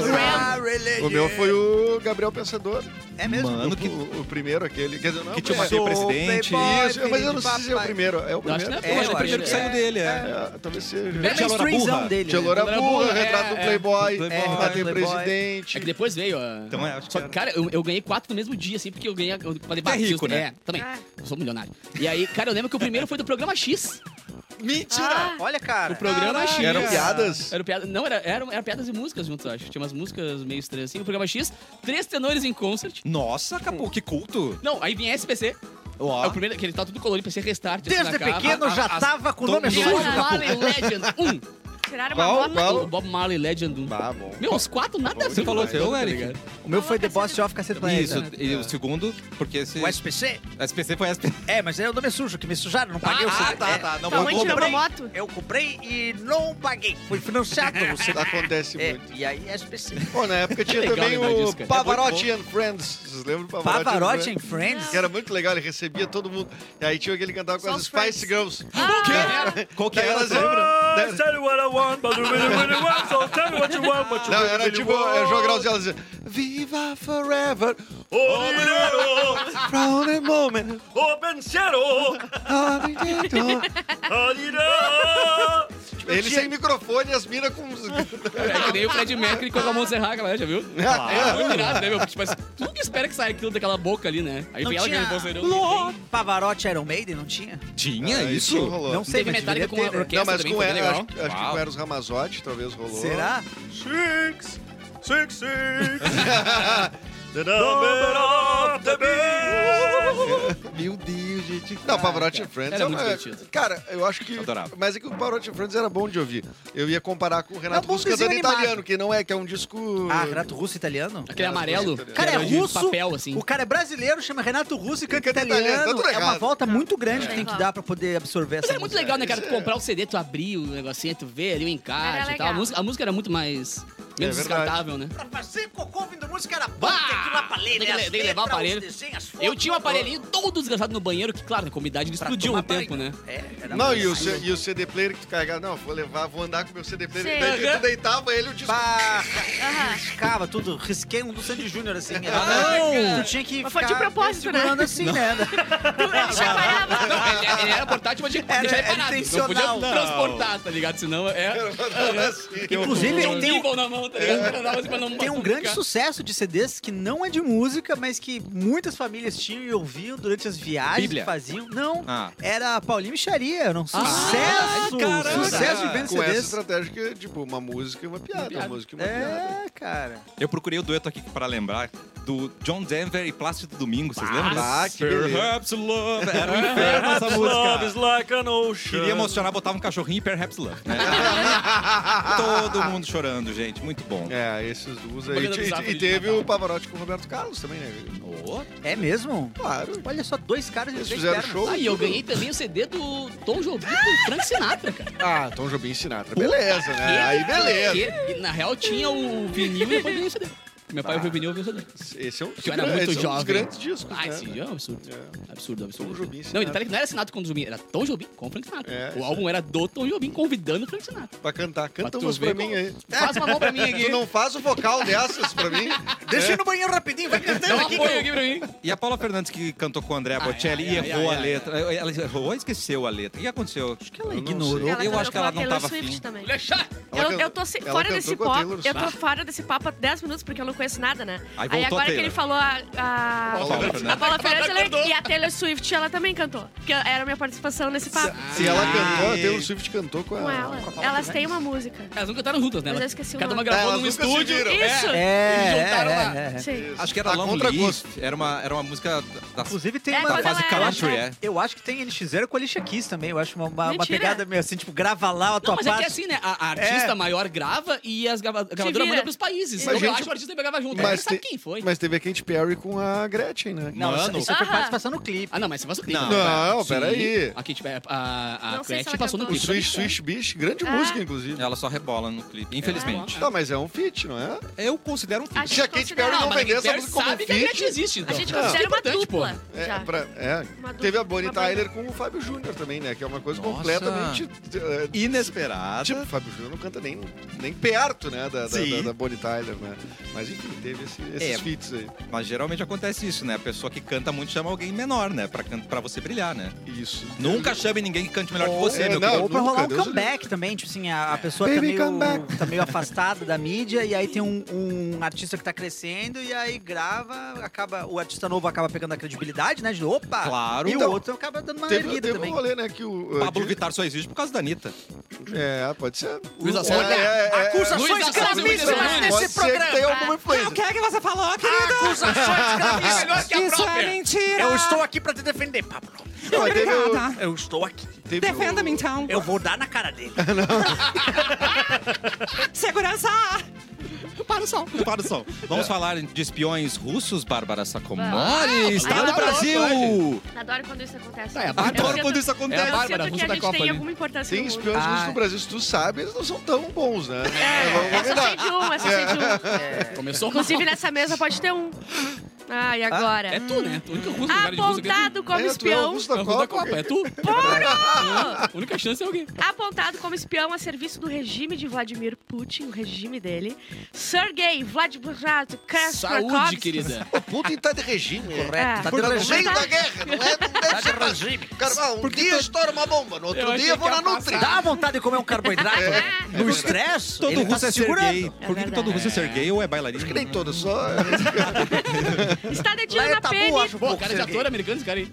S5: legal.
S3: Ah,
S5: O meu foi o Gabriel Pensador.
S3: É mesmo?
S1: Mano, que-
S5: O, o primeiro, aquele. Quer dizer, não,
S1: Que tinha uma
S5: mas-
S1: aqui presidente.
S3: Playboy,
S5: Isso, mas eu não sei se é o
S3: tipo papai.
S5: primeiro. É o
S2: Eu acho
S5: primeiro?
S2: que
S1: Eu acho que
S3: Eu
S1: o primeiro
S3: acho.
S1: que saiu dele, é.
S5: É, talvez seja.
S1: Ela
S3: É
S1: tinha loura
S3: mainstreamzão
S1: burra.
S3: dele.
S5: Tinha
S3: né?
S5: Loura
S2: Loura
S5: Burra,
S2: Burra,
S5: Retrato
S2: é,
S5: do
S2: é.
S5: Playboy,
S1: Playboy.
S5: Matei
S3: Playboy.
S5: Presidente.
S2: é que depois veio a...
S1: Então é, acho que
S2: Só que,
S1: era.
S2: cara, eu, eu ganhei quatro no mesmo dia, assim, porque eu ganhei... Eu falei,
S1: é rico, né?
S2: É, também.
S4: Ah.
S2: Eu sou milionário. E aí, cara, eu lembro que o primeiro foi do Programa X.
S4: Ah.
S3: Olha,
S2: O
S3: cara.
S2: Programa X.
S5: Eram piadas?
S2: Era piada, não, era, era, era piadas e músicas juntos, eu acho. Tinha umas músicas meio estranhas assim. O programa X, três tenores em concert.
S1: Nossa, acabou, que culto.
S2: Não, aí vinha SPC. É
S1: Ó,
S2: o primeiro, que ele tá tudo colorido, PC Restart. assim,
S3: Desde
S2: na capa.
S3: pequeno
S2: A-
S3: já
S2: as-
S3: tava com o nome
S1: as-
S2: E
S3: sujo,
S2: Bob
S3: capô.
S2: Marley Legend 1.
S4: Tiraram uma
S5: Qual?
S4: bola.
S5: Qual?
S2: O Bob Marley Legend 1.
S5: Tá bom.
S2: Meu, os quatro nada a ver.
S1: você falou
S2: cara.
S1: teu,
S2: Tá
S1: Eric?
S2: ligado?
S3: O meu foi The Boss Off Cacete Planeta.
S1: Isso, e o segundo, porque esse...
S3: O SPC?
S1: SPC foi SPC.
S3: É, mas é o nome sujo, que me sujaram, não paguei o
S1: Ah,
S3: CD.
S1: tá,
S3: É.
S1: tá. Não,
S4: Tua mãe
S1: vou-
S4: tirou uma moto.
S3: Eu comprei e não paguei. Foi financiado o CD.
S5: Acontece
S3: É,
S5: muito.
S3: e aí é SPC.
S5: Bom, na época tinha
S2: legal
S5: também
S2: lembrar
S5: o
S2: disso, cara.
S5: Pavarotti and Friends. Vocês lembram do Pavarotti?
S3: Pavarotti um em
S5: and
S3: Friends?
S5: Friends? Que era muito legal, ele recebia todo mundo. E aí tinha aquele que cantava com
S4: Só
S5: as
S4: os
S5: Spice Girls.
S4: Ah,
S1: Qual que
S5: Daí
S1: era?
S5: elas
S1: você lembra?
S5: lembram?
S6: tell you what I want, but you really, really want, so tell me what you want, but
S5: Não, era tipo, era jogral elas diziam, Viva forever, from the moment,
S6: Open Zero,
S5: of the door."
S6: Alirão.
S5: Ele sem microfone e as minas com...
S2: É que nem o Fred Mercury com a Montserrat, aquela, já viu?
S5: Ah,
S2: É muito irado, né, meu? Porque, Tipo assim, tu nunca espera que saia aquilo daquela boca ali, né? Aí
S3: Não
S2: vem ela que
S3: tinha.
S2: rebolseirão.
S3: Pavarotti Iron Maiden, não tinha?
S1: Tinha
S5: Ah,
S1: isso?
S5: rolou.
S3: Não sei,
S2: Teve
S3: mas
S2: Metallica
S3: deveria
S2: com a
S3: ter, né?
S2: orquestra
S5: Não, mas
S2: também,
S5: com
S2: foi
S5: era,
S2: legal.
S5: acho, acho que
S1: Uau.
S5: com Eros Ramazotti talvez rolou.
S3: Será?
S6: Six, six, six. The number of the beast.
S5: Meu Deus, gente. Não, Pavarotti and Friends
S2: Era
S5: é
S2: muito
S5: uma-
S2: divertido.
S5: Cara, eu acho que.
S1: Adorava.
S5: Mas é que o Pavarotti and Friends era bom de ouvir. Eu ia comparar com o
S3: É
S5: Renato
S3: um bom
S5: Russo cantando
S3: desenho animado.
S5: italiano, que não é, que é um disco.
S3: Ah, Renato Russo italiano?
S2: Aquele amarelo.
S3: Cara, é
S2: que era de
S3: russo.
S2: papel, assim.
S3: O cara é brasileiro, chama Renato Russo e canta
S5: Canta italiano, tá
S3: italiano.
S5: tudo
S3: É uma
S5: errado.
S3: volta muito grande que tem que
S4: Errado.
S3: dar pra poder absorver
S2: Isso
S3: essa
S2: era muito
S3: música.
S2: legal, né, cara?
S5: é.
S2: Tu comprar o CD, tu abrir o negocinho, tu ver ali o
S4: Era
S2: encaixe e
S4: legal.
S2: tal. A música, a música era muito mais. menos
S5: É verdade.
S2: descartável, né?
S3: Pra fazer cocô ouvindo música era bom,
S2: Bah! Tem
S3: né?
S2: que le- tem que levar o aparelho. Eu tinha um aparelhinho todo desgraçado no banheiro, que, claro, com a idade ele explodiu um tempo, né?
S3: É, era
S5: Não,
S3: mais
S5: e o,
S2: assim.
S3: legal.
S5: C- e o CD player que tu carregava. Não, vou levar, vou andar com o meu CD player.
S4: Sim.
S5: Daí tu deitava ele o disco.
S3: Pá,
S4: Aham.
S3: riscava tudo, risquei um do Sandy Júnior, assim.
S2: não!
S3: Tu tinha que
S4: Mas foi de
S3: ficar
S4: propósito, né?
S3: segurando assim, né?
S4: Ele chacoalhava.
S2: Não, ele, ele era portátil, mas tinha que
S3: Era-
S2: deixar ele
S3: era
S2: parado. Não
S3: intencional.
S2: podia
S3: Não.
S2: transportar, tá ligado? Senão é.
S5: né?
S3: Inclusive,
S2: Tinha um
S3: tem um-
S2: gimbal na mão, tá ligado? Não dava assim pra não-
S3: Tem um
S2: pra
S3: grande
S2: ficar.
S3: sucesso de CDs que não é de música, mas que muitas famílias tinham e ouviam durante as viagens
S1: Bíblia.
S3: que faziam. Não,
S1: Ah.
S3: era Paulinho Micharia, era um
S2: Ah,
S3: sucesso.
S1: caraca.
S3: sucesso de venda
S5: Com essa
S3: CDs.
S5: estratégia que é tipo uma música e uma piada. Uma,
S2: piada.
S5: música e uma piada.
S3: É, cara.
S1: Eu procurei o dueto aqui pra lembrar do John Denver e Plácido Domingo, vocês lembram? disso?
S5: Ah, que beleza.
S1: Perhaps Love. Era um inferno essa música.
S6: like an ocean.
S1: Queria emocionar, botava um cachorrinho e Perhaps Love, né? Tá Todo mundo chorando, gente. Muito bom.
S5: É, esses duas aí.
S2: Propaganda do
S5: E,
S2: Zap
S5: e- e
S2: de
S5: teve
S2: Natal.
S5: o Pavarotti com o Roberto Carlos também, né?
S1: Ô,
S3: É mesmo?
S5: Claro.
S3: Olha só, dois caras
S5: Eles
S3: de três
S5: fizeram
S3: pernas.
S5: show.
S2: Ah, e eu ganhei também o CD do Tom Jobim com o Frank Sinatra, cara.
S5: Ah, Tom Jobim e Sinatra. Beleza, né? Aí beleza.
S2: Que- na real, tinha o vinil e depois ganhei o CD. Meu pai ouviu o vinil e ouviu o CD.
S5: Esse é um,
S2: Eu era muito
S5: esse é um dos
S2: jovem.
S5: grandes discos,
S2: Ah,
S5: né?
S2: esse é um absurdo. Absurdo, absurdo.
S5: Tom Jobim,
S2: Não,
S5: Sinatra.
S2: e detalhe que não era assinado com o Tom Jobim, era Tom Jobim com o Frank Sinatra.
S5: É,
S2: o
S5: isso
S2: álbum era do Tom Jobim convidando o Frank Sinatra.
S5: Pra cantar. Canta
S2: Pra tu
S5: umas
S2: ver
S5: pra mim
S2: como- é
S5: aí.
S2: Faz uma mão pra mim aqui.
S5: Tu não faz o vocal dessas pra mim?
S3: Deixa eu ir no banheiro rapidinho, vai
S2: Dá
S3: cantando
S2: um
S3: aqui.
S2: apoio aqui pra mim.
S1: E a Paula Fernandes, que cantou com o André Bocelli
S2: ai,
S1: e
S2: ai,
S1: errou
S2: ai,
S1: a
S2: ai.
S1: letra. Ela errou ou esqueceu a letra? O que aconteceu? Acho que ela
S5: ignorou.
S1: Eu,
S4: cantou
S1: acho que
S4: com
S1: ela
S4: a
S1: não
S4: Taylor
S1: tava
S4: Swift
S1: afim.
S4: também.
S2: Olha, chá.
S5: Ela
S4: Eu,
S5: cantou-
S4: eu tô se-
S5: ela
S4: fora
S5: cantou
S4: desse
S5: com a
S4: pó,
S5: Taylor
S4: eu tô
S5: Swift.
S4: fora desse papo há 10 minutos porque eu não conheço nada, né?
S1: Aí voltou
S4: agora
S1: a
S4: que
S1: Taylor. né?
S4: ele falou a, a,
S1: Paula Fernandes.
S4: a Paula Fernandes ela-
S2: Acordou.
S4: e a Taylor Swift, ela também cantou. Porque era a minha participação nesse papo
S5: Se ela
S1: Ah.
S5: cantou, a Taylor Swift cantou com
S4: com
S5: a...
S4: ela. Elas têm uma música.
S2: Elas não cantaram juntas, né?
S4: Mas eu
S2: Elas-
S4: esqueci o
S2: Cada uma
S4: nome.
S2: gravou
S5: É, Elas
S2: num
S5: nunca se
S2: estúdio.
S5: viram. tá
S4: Isso!
S3: É,
S2: Eles
S3: é,
S2: juntaram lá.
S3: é, é.
S4: Sim.
S1: Acho que era
S5: A
S1: Long
S5: contragosto.
S1: Live. Era uma, era uma música da, da
S3: Inclusive tem
S4: É,
S3: uma...
S4: quando
S1: fase
S4: ela era-
S1: country, é.
S3: Eu acho que tem eles fizeram com a Alicia Keys também. Eu acho uma, uma, uma
S4: Mentira.
S3: pegada meio assim, tipo, grava lá a tua
S2: Não, mas é
S3: parte.
S2: que é assim, né? A, a artista
S3: É.
S2: maior grava e as grava- a gravadora
S4: vira.
S2: manda pros países.
S5: Mas,
S2: eu
S5: gente,
S2: acho que o artista pega tava junto.
S5: Mas
S2: Mas sabe
S5: te-
S2: quem foi.
S5: Mas teve a Katy Perry com a Gretchen, né?
S3: Não,
S1: Mano.
S3: isso- isso foi
S4: Ah.
S3: participação no clipe.
S2: Ah, não, mas você passou o clipe.
S1: Não,
S2: né?
S5: não,
S2: Sim.
S5: peraí.
S2: A Kate, a, a, a
S4: Não sei se
S2: Gretchen
S4: ela
S2: passou no
S4: cantou.
S5: O
S2: clipe.
S5: Swish Swish Beach,
S4: É.
S5: grande música, inclusive.
S1: Ela só rebola no clipe, infelizmente.
S5: Não, mas é um feat, não é?
S1: Eu considero um feat.
S4: Acho
S5: Se a
S4: que
S5: Katy
S4: considera-
S5: Perry não
S2: mas a
S5: vender essa
S2: Gretchen
S5: música como
S2: sabe que a Gretchen
S5: feat...
S2: existe, então.
S4: A gente
S5: Não.
S4: considera uma
S2: Importante, pô.
S4: dupla.
S5: É,
S4: já.
S5: pra, é.
S4: Uma
S5: Teve a
S4: dupla,
S5: Bonnie
S4: uma banda.
S5: Tyler com o Fábio Júnior também, né? Que é uma coisa
S1: Nossa.
S5: completamente... eh,
S1: Inesperada.
S5: Tipo, o Fábio Júnior não canta nem, nem perto, né, da, da,
S1: Sim.
S5: da, da Bonnie Tyler, né? Mas enfim, teve esse- esses
S1: É.
S5: feats aí.
S1: Mas geralmente acontece isso, né? A pessoa que canta muito chama alguém menor, né? Pra, can- pra você brilhar, né?
S5: Isso.
S1: Nunca chame ninguém que cante melhor que
S3: Ou-
S1: você,
S5: É,
S1: meu
S5: não,
S1: querido.
S3: Ou pra
S5: nunca,
S3: rolar um
S5: Deus
S3: comeback também, tipo assim, a, a pessoa tá
S5: Baby,
S3: meio,
S5: come back.
S3: tá meio afastada da mídia e aí tem um, um artista que tá crescendo e aí grava, acaba, o artista novo acaba pegando a credibilidade, né? De opa!
S1: Claro.
S3: E
S1: Então,
S3: o outro acaba dando uma
S5: Teve,
S3: erguida
S5: teve
S3: também.
S5: um rolê, né, que o... eh,
S1: Pablo
S5: de-
S1: Vittar só existe por causa da Anitta.
S5: É, pode ser.
S2: Luiz
S5: É,
S2: Assad.
S5: é, é,
S2: Luiz
S3: Acusações
S2: Assad, Luiz
S3: gravíssimas
S5: Pode
S3: nesse
S5: ser que tenha
S3: programa!
S5: alguma influência.
S1: que é que você falou,
S3: Acusações
S2: É melhor que a
S3: gravíssimas!
S2: própria.
S1: mentira!
S3: Eu estou aqui pra te defender, Pablo.
S5: Não, mas teve o-
S3: Eu estou aqui.
S5: teve o-
S1: então.
S3: Eu vou dar na cara dele.
S7: Tá
S1: Segurança! Para o som. Para o som. Vamos falar de espiões russos, Bárbara Sacomori.
S4: Vamos.
S1: está no
S4: Ah,
S1: Brasil!
S4: Adoro quando isso acontece.
S2: Ah, é a
S4: Eu
S2: Bárbara.
S1: Adoro
S4: sinto-
S1: quando isso
S2: É a
S1: acontece.
S4: Eu
S2: Bárbara,
S4: sinto que
S2: russa
S4: a
S2: da
S4: gente
S2: Copa
S4: tem
S2: ali.
S4: alguma importância
S5: Tem
S4: no mundo.
S5: espiões
S3: Ah.
S5: russos no Brasil, se tu sabe, eles não são tão bons, né?
S4: É, eu só sei de um, eu só sei de um.
S2: Começou mal.
S4: Inclusive, nessa mesa pode ter um. Ah, e agora?
S2: É tu, né? O único russo no lugar de russo aqui é tu.
S4: Apontado como
S5: É, tu é o
S4: espião.
S5: russo
S2: É o russo da Copa, é tu.
S4: Puro!
S2: A única chance é alguém.
S4: Oh, Apontado como espião a serviço do regime de Vladimir Putin, o regime dele. Sergei Vladimir
S2: Saúde, querida.
S5: O Putin tá de regime. é.
S4: É.
S3: Tá
S5: Porque
S3: de
S5: tá no
S3: regime.
S5: meio da guerra, não é? Não deve ser fácil. Cara, ah, um dia estoura uma bomba, no
S2: Eu
S5: outro
S2: achei
S5: dia eu vou
S2: que
S5: na
S2: ia
S5: Nutri.
S3: Dá vontade de comer um carboidrato no estresse?
S1: Todo
S3: ele
S1: russo
S3: tá
S1: é
S3: se segurando.
S1: Sergei. Por que, que todo
S4: verdade.
S1: russo é Sergei ou é bailarino?
S5: Acho que nem
S2: um-
S5: todos, só...
S4: Está detido
S3: Lá é
S4: na
S3: tabu,
S4: peni...
S3: acho um
S2: Pô,
S3: pouco,
S2: cara de
S3: Sergei.
S2: ator americano, esse cara aí.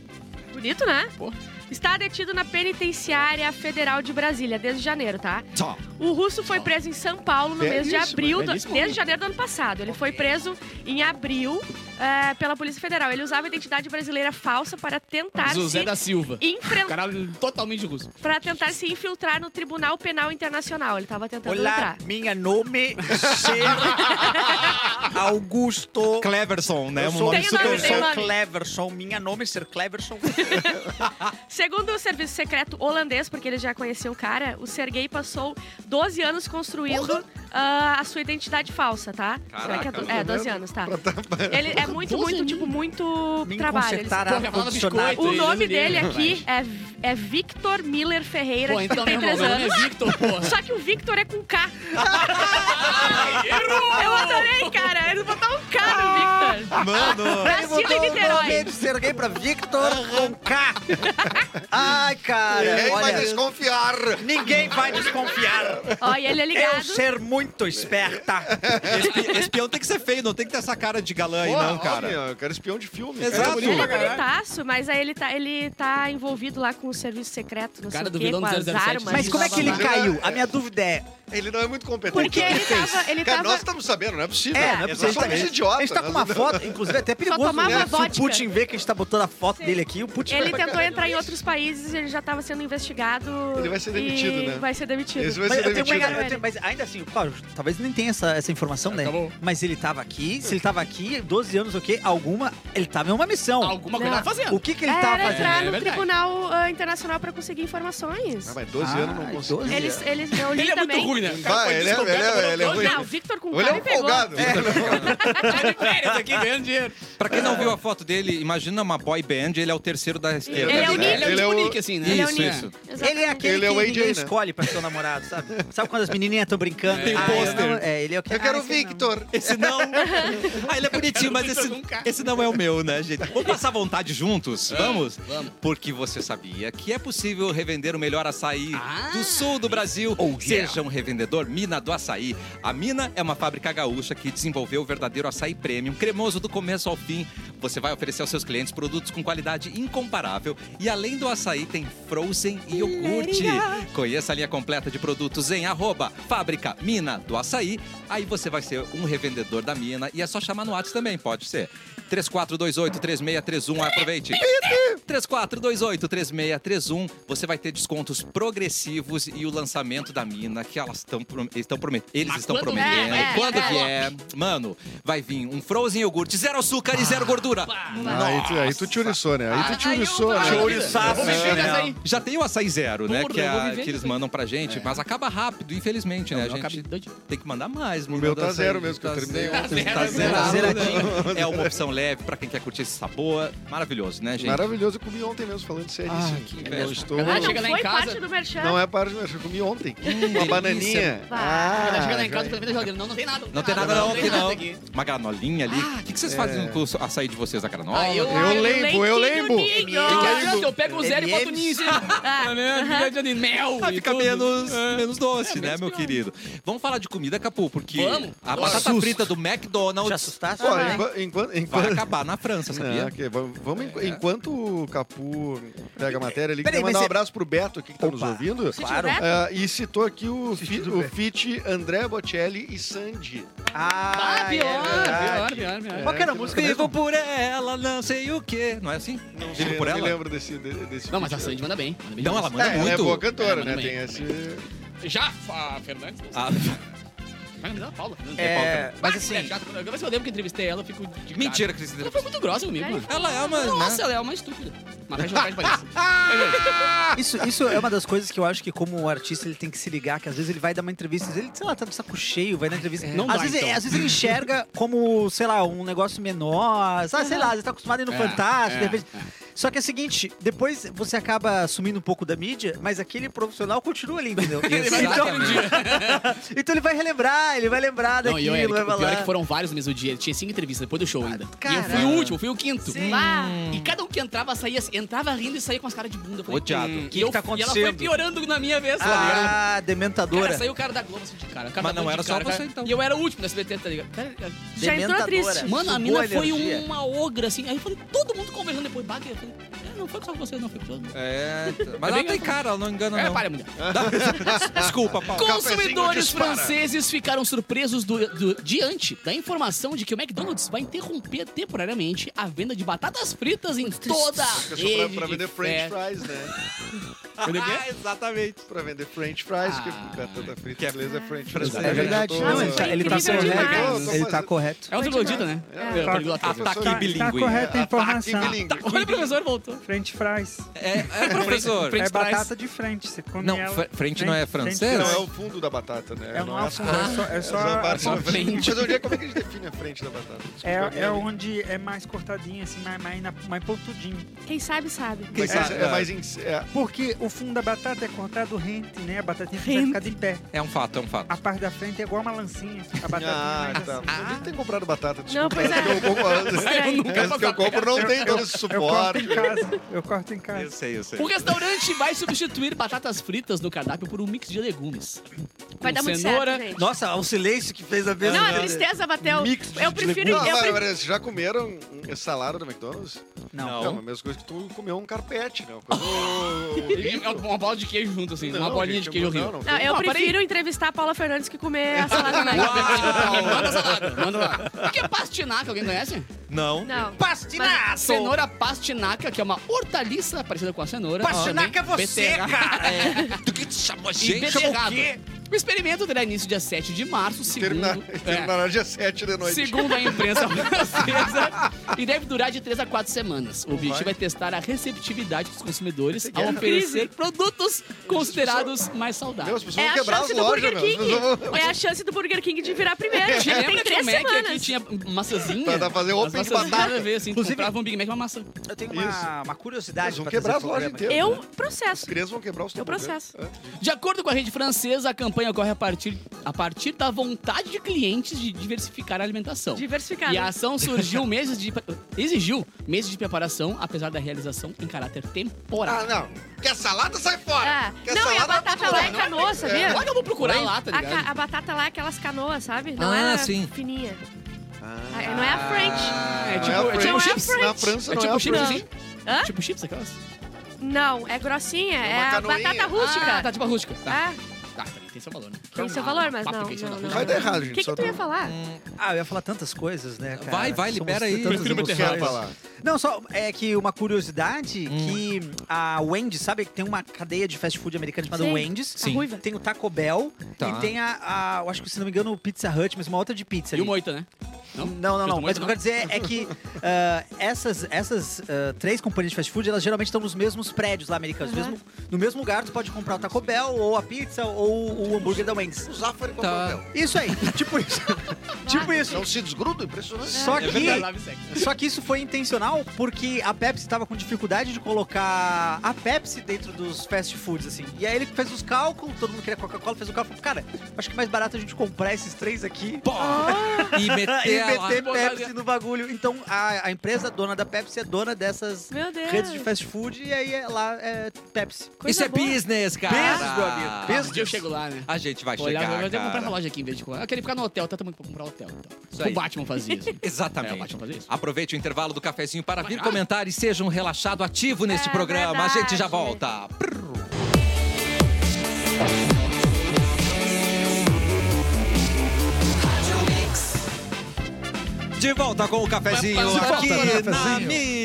S4: Bonito, né?
S2: Pô.
S4: Está detido na penitenciária federal de Brasília desde janeiro, tá?
S1: Só.
S4: O russo foi preso em São Paulo no mês de
S5: Belíssimo,
S4: abril, do,
S2: belíssimo.
S4: desde janeiro do ano passado. Ele foi preso em abril eh, pela Polícia Federal. Ele usava a identidade brasileira falsa para tentar
S2: José
S4: se
S2: da Silva.
S4: enfrentar.
S2: Cara é totalmente russo.
S4: para tentar se infiltrar no Tribunal Penal Internacional. Ele tava tentando
S3: Olá,
S4: entrar.
S3: minha nome ser Augusto.
S1: Cleverson, né?
S3: Eu
S1: Um
S3: sou,
S1: nome
S4: Tem o
S1: super
S4: nome,
S3: eu
S4: tem o
S3: sou
S4: nome.
S3: Cleverson, minha nome é ser Cleverson.
S4: Segundo o serviço secreto holandês, porque ele já conheceu o cara, o Sergei passou 12 anos construindo ah, a sua identidade falsa, tá? Será que é, do- é, 12 anos, tá? Ele é muito, muito, tipo, muito
S3: Me
S4: trabalho. Ele-
S3: consertar
S2: Pô, já
S3: a
S2: falava
S3: condicionado.
S2: biscoito.
S4: O
S2: Ele
S4: nome
S2: não
S4: dele
S2: liga.
S4: aqui é, é Victor Miller Ferreira,
S2: Pô,
S4: de
S2: então, meu irmão,
S4: 33
S2: meu nome
S4: anos.
S2: é Victor, porra.
S4: Só que o Victor é com K. Eu adorei, cara. Eles botaram um K no Victor.
S1: Mano!
S4: Brasil e Niterói.
S3: de Serguei pra Victor com K. Ai, cara,
S5: Ninguém vai
S3: olha,
S5: desconfiar.
S3: ninguém vai desconfiar.
S4: Ó, e ele é
S3: Eu
S4: ligado.
S3: ser muito esperta.
S1: Espi- Espião tem que ser feio, não tem que ter essa cara de galã aí,
S5: Pô,
S1: não,
S5: homem,
S1: cara.
S5: ó, Eu quero é espião de filme.
S1: Exato.
S5: Cara,
S4: Ele é
S5: bonito.
S4: bonitaço, mas aí ele tá, ele tá envolvido lá com o serviço secreto, não
S2: Cara
S4: sei
S2: do
S4: o quê,
S2: vilão
S4: com
S2: do
S4: as
S2: 007,
S4: armas.
S3: Mas como é que ele caiu? A minha dúvida é,
S5: Ele não é muito competente.
S4: Porque ele tava... Ele
S5: Cara,
S4: tava
S5: nós estamos sabendo, não é possível.
S3: É, não é possível.
S5: Nós somos
S3: a, gente tá,
S5: idiota.
S3: a gente tá com uma foto, inclusive até perigoso.
S4: tomava
S3: né? Se o
S4: vodka.
S3: Putin vê que a gente tá botando a foto dele aqui, o Putin
S4: ele
S3: vai...
S4: tentou entrar em outros países, ele já tava sendo investigado.
S5: Ele vai ser
S4: e
S5: demitido, né?
S4: Vai ser demitido.
S5: Esse vai
S3: Mas,
S5: ser
S3: eu tenho uma-
S5: demitido.
S4: né?
S3: eu tenho- mas ainda assim, claro, talvez nem tenha essa, essa informação, né?
S2: Acabou.
S3: Mas ele tava aqui, se ele tava aqui, 12 anos, o quê? Alguma, ele tava em uma missão.
S2: Alguma coisa
S4: Não.
S2: tá fazendo.
S3: O que que ele
S4: Era
S3: tava fazendo?
S4: entrar
S2: É
S4: no
S2: verdade.
S4: Tribunal ah, Internacional pra conseguir informações.
S5: Ah, mas 12 anos não
S3: Ai,
S5: consigo.
S3: 12
S4: Eles, eles, eu li
S2: Ele é
S4: também.
S2: muito ruim, né? O
S5: Vai,
S2: foi
S5: ele é-
S2: descoberto,
S5: ele é- ele é
S2: morou
S5: ruim.
S2: dois
S4: Não, o Victor com
S5: Ele é
S4: cara
S5: um
S4: me pegou.
S5: folgado.
S2: anos, tá de férias aqui, ganhando dinheiro.
S1: Pra quem não viu a foto dele, imagina uma boy band, ele é o terceiro da esquerda.
S4: Ele é o
S1: né?
S4: Nick.
S2: Ele é o
S5: Ele é
S2: tipo
S5: o-
S2: Nick, assim, né?
S4: Ele é o
S1: Isso,
S4: Nick.
S1: isso.
S3: Ele é aquele
S5: Ele é o
S3: que
S5: AJ,
S3: ninguém
S5: né?
S3: escolhe pra ser o namorado, sabe? Sabe quando as menininhas estão brincando?
S1: Tem o
S3: Ah,
S1: pôster.
S3: eu não- É, ele é o que
S5: Eu quero
S3: ah,
S5: o
S3: esse não.
S5: Victor.
S1: Esse não. Ah, ele é bonitinho, mas
S2: Victor
S1: esse,
S2: com K.
S1: esse não é o meu, né, gente? Vamos passar vontade juntos? Vamos?
S2: vamos.
S1: Porque você sabia que é possível revender o melhor açaí
S2: Ah.
S1: do sul do Brasil? Seja um revendedor Mina do Açaí. A Mina é uma fábrica gaúcha que desenvolveu o verdadeiro açaí premium, cremoso do começo ao fim, Você vai oferecer aos seus clientes produtos com qualidade incomparável e além do açaí tem frozen e iogurte. Conheça a linha completa de produtos em arroba fábrica mina do açaí. Aí você vai ser um revendedor da mina e é só chamar no WhatsApp também, pode ser. 3428-3631, aproveite. 3428-3631, você vai ter descontos progressivos e o lançamento da mina que elas tão, pro- estão prometendo. Eles
S2: Mas
S1: estão
S2: quando né?
S1: prometendo.
S4: vier, é,
S1: quando
S4: é.
S1: vier, mano, vai vir um frozen iogurte, zero açúcar e zero gordura.
S5: Aí tu, aí tu tiuriçou, né? Aí
S2: Aí eu-
S5: tu tiuriçou,
S2: aí eu-
S5: né?
S6: Chouriçaço,
S2: Vou me
S6: né?
S2: chegar aí.
S1: Já tem o açaí zero, né?
S2: Porra,
S1: Que, é
S2: eu vou
S1: a-
S2: viver
S1: que eles
S2: disso.
S1: mandam pra gente,
S5: É.
S1: mas acaba rápido, infelizmente, né?
S2: Não,
S1: a gente
S2: acabei dois dias.
S1: tem que mandar mais.
S5: O meu tá
S1: mandando açaí.
S5: zero mesmo, que eu terminei
S1: zero.
S2: ontem.
S1: Tá
S2: Zero,
S1: zerado,
S3: zeradinho.
S1: né? É uma opção leve pra quem quer curtir esse sabor. Maravilhoso, né, gente?
S5: Maravilhoso, eu comi ontem mesmo, falando sério.
S2: Ai,
S5: isso.
S2: que
S5: Eu
S1: inveja.
S5: estou...
S2: Ah,
S4: Ah,
S2: Quando
S4: não
S2: chega lá em
S4: foi
S2: casa-
S4: parte do merchan?
S5: Não é para de merchan, eu comi ontem. Uma
S1: delícia.
S5: bananinha.
S4: Vai.
S2: Ela
S5: Ah,
S2: chega lá em casa e
S5: já-
S2: pergunta na geladeira. Não, Ah, não tem nada.
S1: Não tem nada não, que não.
S2: tem nada aqui.
S1: Uma granolinha ali. O que, que vocês fazem
S5: É.
S1: com o açaí de vocês? A granola?
S2: Ah, eu-
S5: Eu lembro, eu lembro.
S2: Que
S4: Leitinho, ninho.
S2: adianta, eu pego o zero e boto o ninho em cima. Ah, né? Que adianta, Mel
S1: Ah,
S2: e
S1: fica
S2: tudo.
S1: menos,
S2: É.
S1: menos doce,
S2: É,
S1: né,
S2: menos
S1: meu
S2: pior.
S1: querido? Vamos falar de comida, Capu, porque
S2: Vamos.
S1: a
S2: Bora.
S1: batata
S5: Susto.
S1: frita do
S3: Já
S1: McDonald's
S3: assustaste?
S5: Ó,
S4: Vai.
S5: enquanto- enquanto-
S1: vai
S5: enquanto-
S1: acabar na França,
S5: Não,
S1: sabia?
S5: Ah, ok, vamos, vamos
S2: É.
S5: enqu- enquanto o Capu pega a matéria ali,
S3: Peraí, mas
S5: queria mandar um
S3: você-
S5: abraço pro Beto aqui que tá nos
S3: Opa.
S5: ouvindo.
S3: Claro.
S4: Beto?
S5: Ah, e citou aqui o, fi, o feat André Bocelli e Sandy.
S3: Ah,
S2: Ah,
S3: é
S2: pior,
S3: verdade.
S2: pior, pior, pior.
S3: Qual que era a música
S1: Vivo
S3: mesmo?
S1: por ela, não sei o quê. Não é assim? Vivo
S5: Eu
S1: por
S5: não me
S1: ela?
S5: lembro desse, de- desse
S2: Não, mas
S5: feat.
S2: a Sandy manda bem. Manda bem
S1: Não, ela
S2: demais.
S1: manda
S5: É, ela é
S1: muito.
S5: boa cantora,
S2: É,
S5: né?
S2: manda
S5: Tem
S2: bem,
S5: esse...
S2: Já a Fernandes. não sei.
S1: Ah,
S2: Vai me dar a Paula. Fernandes.
S3: É, mas
S2: Bah, que
S3: assim,
S2: mulher chata. Cada vez que eu lembro que entrevistei ela, eu fico de
S1: é. mentira,
S2: cara.
S1: Cris.
S2: Ela foi muito grossa comigo, mano.
S1: Ela é uma.
S2: Nossa,
S1: né?
S2: ela é uma estúpida. Mas vai jogar de palhaço.
S3: Isso, isso é uma das coisas que eu acho que, como um artista, ele tem que se ligar, que às vezes ele vai dar uma entrevista, ele, sei lá, tá de saco cheio, vai na entrevista.
S2: Não
S3: às,
S2: dá,
S3: vezes,
S2: então.
S3: às vezes ele enxerga como, sei lá, um negócio menor, sabe, sei lá, você tá acostumado a ir no
S2: É,
S3: Fantástico,
S2: é,
S3: de repente. Só que é o seguinte, depois você acaba sumindo um pouco da mídia, mas aquele profissional continua ali, entendeu?
S1: Exatamente.
S3: então ele vai relembrar, ele vai lembrar
S2: Não, e eu,
S3: daquilo,
S2: Eric,
S3: vai
S2: o pior
S3: falar.
S2: é que foram vários no mesmo dia. Tinha cinco entrevistas depois do show ainda. E eu fui
S3: caralho.
S2: o último, fui o quinto.
S3: Sim.
S2: E cada um que entrava, saía, entrava rindo e saía com as caras de bunda. Eu falei,
S1: Odiado.
S2: "Hum".
S1: O
S3: que
S2: e eu,
S3: que tá
S2: E ela foi
S3: acontecendo?
S2: piorando na minha vez, tá ligado?
S3: Ah,
S2: Cara,
S3: dementadora.
S2: saiu o cara da Globo assim de cara. o cara
S1: Mas
S2: da
S1: não
S2: Globo
S1: era
S2: de
S1: só
S2: cara,
S1: você,
S2: cara.
S1: então.
S2: E eu era o último da SBT, tá ligado? Cara,
S4: Já entrou triste.
S2: Mano, a
S3: Sugou
S2: mina foi
S3: energia.
S2: uma ogra, assim. Aí eu falei, todo mundo conversando depois. Bater. Eu falei, "É, não foi só com vocês, não. Foi com todo mundo.
S1: É, mas ela tem cara, ela não engana,
S2: É,
S1: não.
S2: para, mulher.
S1: Desculpa, Paulo.
S2: Consumidores
S5: dispara.
S2: franceses ficaram surpresos do- do- diante da informação de que o McDonald's vai interromper temporariamente a venda de batatas fritas em toda a
S5: Fica é só pra,
S2: rede
S5: pra
S2: de
S5: vender french
S2: fast-
S5: fries, né?
S1: Ah, exatamente.
S5: Pra vender french fries, que
S2: Ah.
S5: batata frita
S1: Que é-
S5: inglesa é french fries.
S1: É verdade.
S5: Eu tô-
S3: Não, ele tá, ele tá
S4: Incrível demais.
S3: correto. Ele tá correto.
S2: É um troglodita, né?
S5: É.
S2: É, poliglota.
S5: Ah, tá.
S1: Ataque
S5: Tá- tá
S1: bilíngue.
S7: correto. Tem
S5: Ataque
S7: informação.
S5: bilingue.
S2: Olha, Tá, o professor voltou.
S7: French fries.
S1: É, é, professor.
S2: French
S7: é
S2: fries.
S7: batata de frente. Você come
S1: Não,
S7: ela.
S1: fre- frente não é francês?
S7: french
S5: Não, é
S7: fries.
S5: o fundo da batata, né?
S7: É,
S6: um
S7: uma
S5: Não
S7: alfa, é só, é
S5: É
S7: só,
S5: só a parte
S7: é,
S5: da
S2: só a
S5: frente.
S2: frente.
S5: Mas hoje como é que a gente define a frente da batata? Desculpa,
S7: é,
S5: minha-
S7: onde é mais cortadinho, assim, mais, mais, na- mais pontudinho.
S4: Quem sabe, sabe.
S1: Quem
S5: Mas
S1: sabe,
S5: é, é mais... Em, é,
S7: Porque o fundo da batata é cortado rente, né? A batatinha precisa
S4: Rente.
S7: ficar de pé.
S1: É um fato, é um fato.
S7: A parte da frente é igual uma lancinha. A batatinha é
S5: Ah,
S7: mais
S5: tá.
S7: assim.
S5: Eu nem tenho comprado batata, desculpa.
S4: Não, pois é.
S5: Essa que eu compro-
S4: Estranho.
S2: um
S5: Essa que eu compro não tem todo esse
S7: Eu corto
S5: suporte.
S7: em casa. Eu corto em casa.
S1: Eu sei, eu sei.
S2: O restaurante vai substituir batatas fritas no cardápio por um mix de legumes.
S4: Vai
S2: Com
S4: dar muito
S2: cenoura,
S4: certo, gente.
S3: Nossa, o silêncio que fez a mesa.
S4: Não, a tristeza bateu.
S3: Mix de
S4: Eu prefiro...
S5: Não,
S4: eu
S5: mas,
S4: prefiro-
S5: mas vocês já comeram hum, salada do McDonald's?
S1: Não.
S5: Não, é a mesma coisa que tu comeu um carpete, né? Uma coisa- Horrível.
S2: é Uma bola de queijo junto, assim.
S5: Não,
S2: uma bolinha de
S5: gente,
S2: queijo
S5: não,
S2: horrível.
S5: não,
S4: Não,
S5: tem-
S4: eu
S2: Não, peraí.
S4: prefiro entrevistar a Paula Fernandes que comer a salada Mac.
S2: Manda salada, manda lá. O que é pastinaca? Alguém conhece?
S1: Não.
S4: Não.
S2: A cenoura pastinaca, que é uma hortaliça parecida com a cenoura.
S3: Pastinaca é
S2: Também
S3: você,
S2: beterraba.
S3: cara!
S1: Do que te chamou,
S2: E
S1: gente?
S2: beterraba. O experimento terá início dia 7 de março, segundo...
S5: Terminar,
S2: é,
S5: terminará dia 7 da noite.
S2: Segundo a imprensa francesa, e deve durar de 3 a 4 semanas. O objetivo é testar a receptividade dos consumidores ao oferecer produtos considerados mais
S5: Meu, as
S2: saudáveis.
S5: pessoas
S4: É a
S5: vão quebrar as
S4: chance do
S5: lojas,
S4: Burger
S5: meu. As
S4: King.
S5: pessoas vão...
S4: É a chance do Burger King de virar primeiro.
S2: Te lembra
S4: Tem
S2: que o
S4: três
S2: Mac aqui
S4: semanas.
S2: tinha maçãzinha?
S5: Pra- pra fazer open de
S2: maçãs
S5: batata.
S2: nada a ver, assim, tu
S3: Inclusive-
S2: comprava um Big Mac e uma maçã.
S3: Eu tenho
S5: Isso.
S3: uma, uma curiosidade.
S5: Eles vão
S3: pra trazer
S5: quebrar as
S3: pro
S5: lojas
S3: programa.
S5: inteiras. né?
S4: Eu
S5: As
S4: processo.
S5: crianças vão quebrar os
S4: Eu
S5: tobogãs.
S4: processo.
S5: É.
S2: De acordo com a rede francesa, a campanha ocorre a partir, a partir da vontade de clientes de diversificar a alimentação.
S4: Diversificado. É.
S2: E a ação surgiu meses de. exigiu meses de preparação, apesar da realização em caráter temporário.
S5: Ah, não. Quer salada, sai fora.
S4: Ah,
S5: Quer
S4: Não, e a
S5: salada,
S4: batata lá é
S5: né?
S4: canoa, sabia?
S2: Agora eu vou procurar lá, tá
S4: A,
S2: ligado?
S4: ca- a batata lá é aquelas canoas, sabe? Não
S1: Ah,
S4: é
S1: sim.
S4: fininha. Ah, é- Não é a French.
S2: É
S5: Não
S2: tipo,
S5: a
S2: é tipo
S5: French.
S2: chips.
S5: Na França
S2: É
S5: não é
S2: tipo
S5: a
S2: chips
S5: French.
S2: assim?
S4: Hã? Ah.
S2: Tipo chips aquelas?
S4: Não, é grossinha,
S5: É
S4: é,
S5: uma
S4: a
S5: canoinha.
S4: batata rústica.
S2: Ah, tá tipo a rústica. Tá.
S4: Ah,
S2: Tá, também tem seu valor, né?
S4: Tem seu valor, mas
S2: Papo
S4: não,
S2: que isso é
S4: não,
S2: da
S4: não.
S2: rústica.
S5: Vai dar errado, gente.
S4: o que,
S5: só
S4: que tu
S5: tô-
S4: ia falar?
S2: Hum.
S3: Ah, eu ia falar tantas coisas, né, cara?
S1: Vai, vai,
S3: Somos
S1: libera aí.
S3: tantas
S1: Prefiro
S2: meter
S3: emoções.
S5: Quero falar.
S3: Não, só é que uma curiosidade
S1: Hum.
S3: que a Wendy, sabe que tem uma cadeia de fast food americana chamada
S4: Sim.
S3: Wendy's?
S1: Sim.
S4: A ruiva?
S3: Tem o Taco Bell
S1: Tá.
S3: e tem a, a- eu acho que se não me engano, o Pizza Hut, mas uma outra de pizza.
S2: E o
S3: ali.
S2: moita, né? Não?
S3: Não, não, não.
S2: Fruto
S3: Mas o que
S2: moita,
S3: eu quero dizer é que ah, essas, essas ah, três companhias de fast food, elas geralmente estão nos mesmos prédios lá americanos.
S4: Aham.
S3: Mesmo- no mesmo lugar, tu pode comprar o Taco Bell, ou a pizza, ou o hambúrguer da Wendy's.
S5: O Zafari comprou
S1: Tá.
S5: o meu.
S3: Isso aí, tipo isso. tipo isso.
S5: Não se desgruda, impressionante.
S3: Só
S2: É
S3: que,
S2: verdade, lave seca.
S3: só que isso foi intencional porque a Pepsi estava com dificuldade de colocar a Pepsi dentro dos fast foods, assim. E aí ele fez os cálculos, todo mundo queria Coca-Cola, fez o cálculo, falou, cara, acho que é mais barato a gente comprar esses três aqui
S1: Pô! E
S3: e
S1: meter lá. é
S3: meter
S2: botaria.
S3: Pepsi no bagulho. Então a, a empresa dona da Pepsi é dona dessas
S4: Meu Deus.
S3: redes de fast food e aí é lá é Pepsi.
S1: Isso
S4: Coisa
S1: é
S4: boa.
S1: business, cara.
S3: Business, meu amigo. Business.
S2: Um dia eu chego lá, né?
S1: A gente vai
S2: Olhar,
S1: chegar,
S2: eu vou ter que comprar
S1: cara.
S2: essa loja aqui em vez de comprar. Eu queria ficar no hotel, tá também pra comprar hotel. Então.
S1: Isso aí.
S2: O Batman fazia isso. É, o
S1: Exatamente.
S2: Batman fazia isso.
S1: Aproveite o intervalo do cafezinho para vir
S2: Ah.
S1: comentar e seja um relaxado ativo neste
S4: É
S1: programa. A gente já
S4: verdade.
S1: volta. De volta com o cafezinho
S2: De volta
S1: aqui
S2: com o
S1: na
S2: Tinha
S3: cafezinho.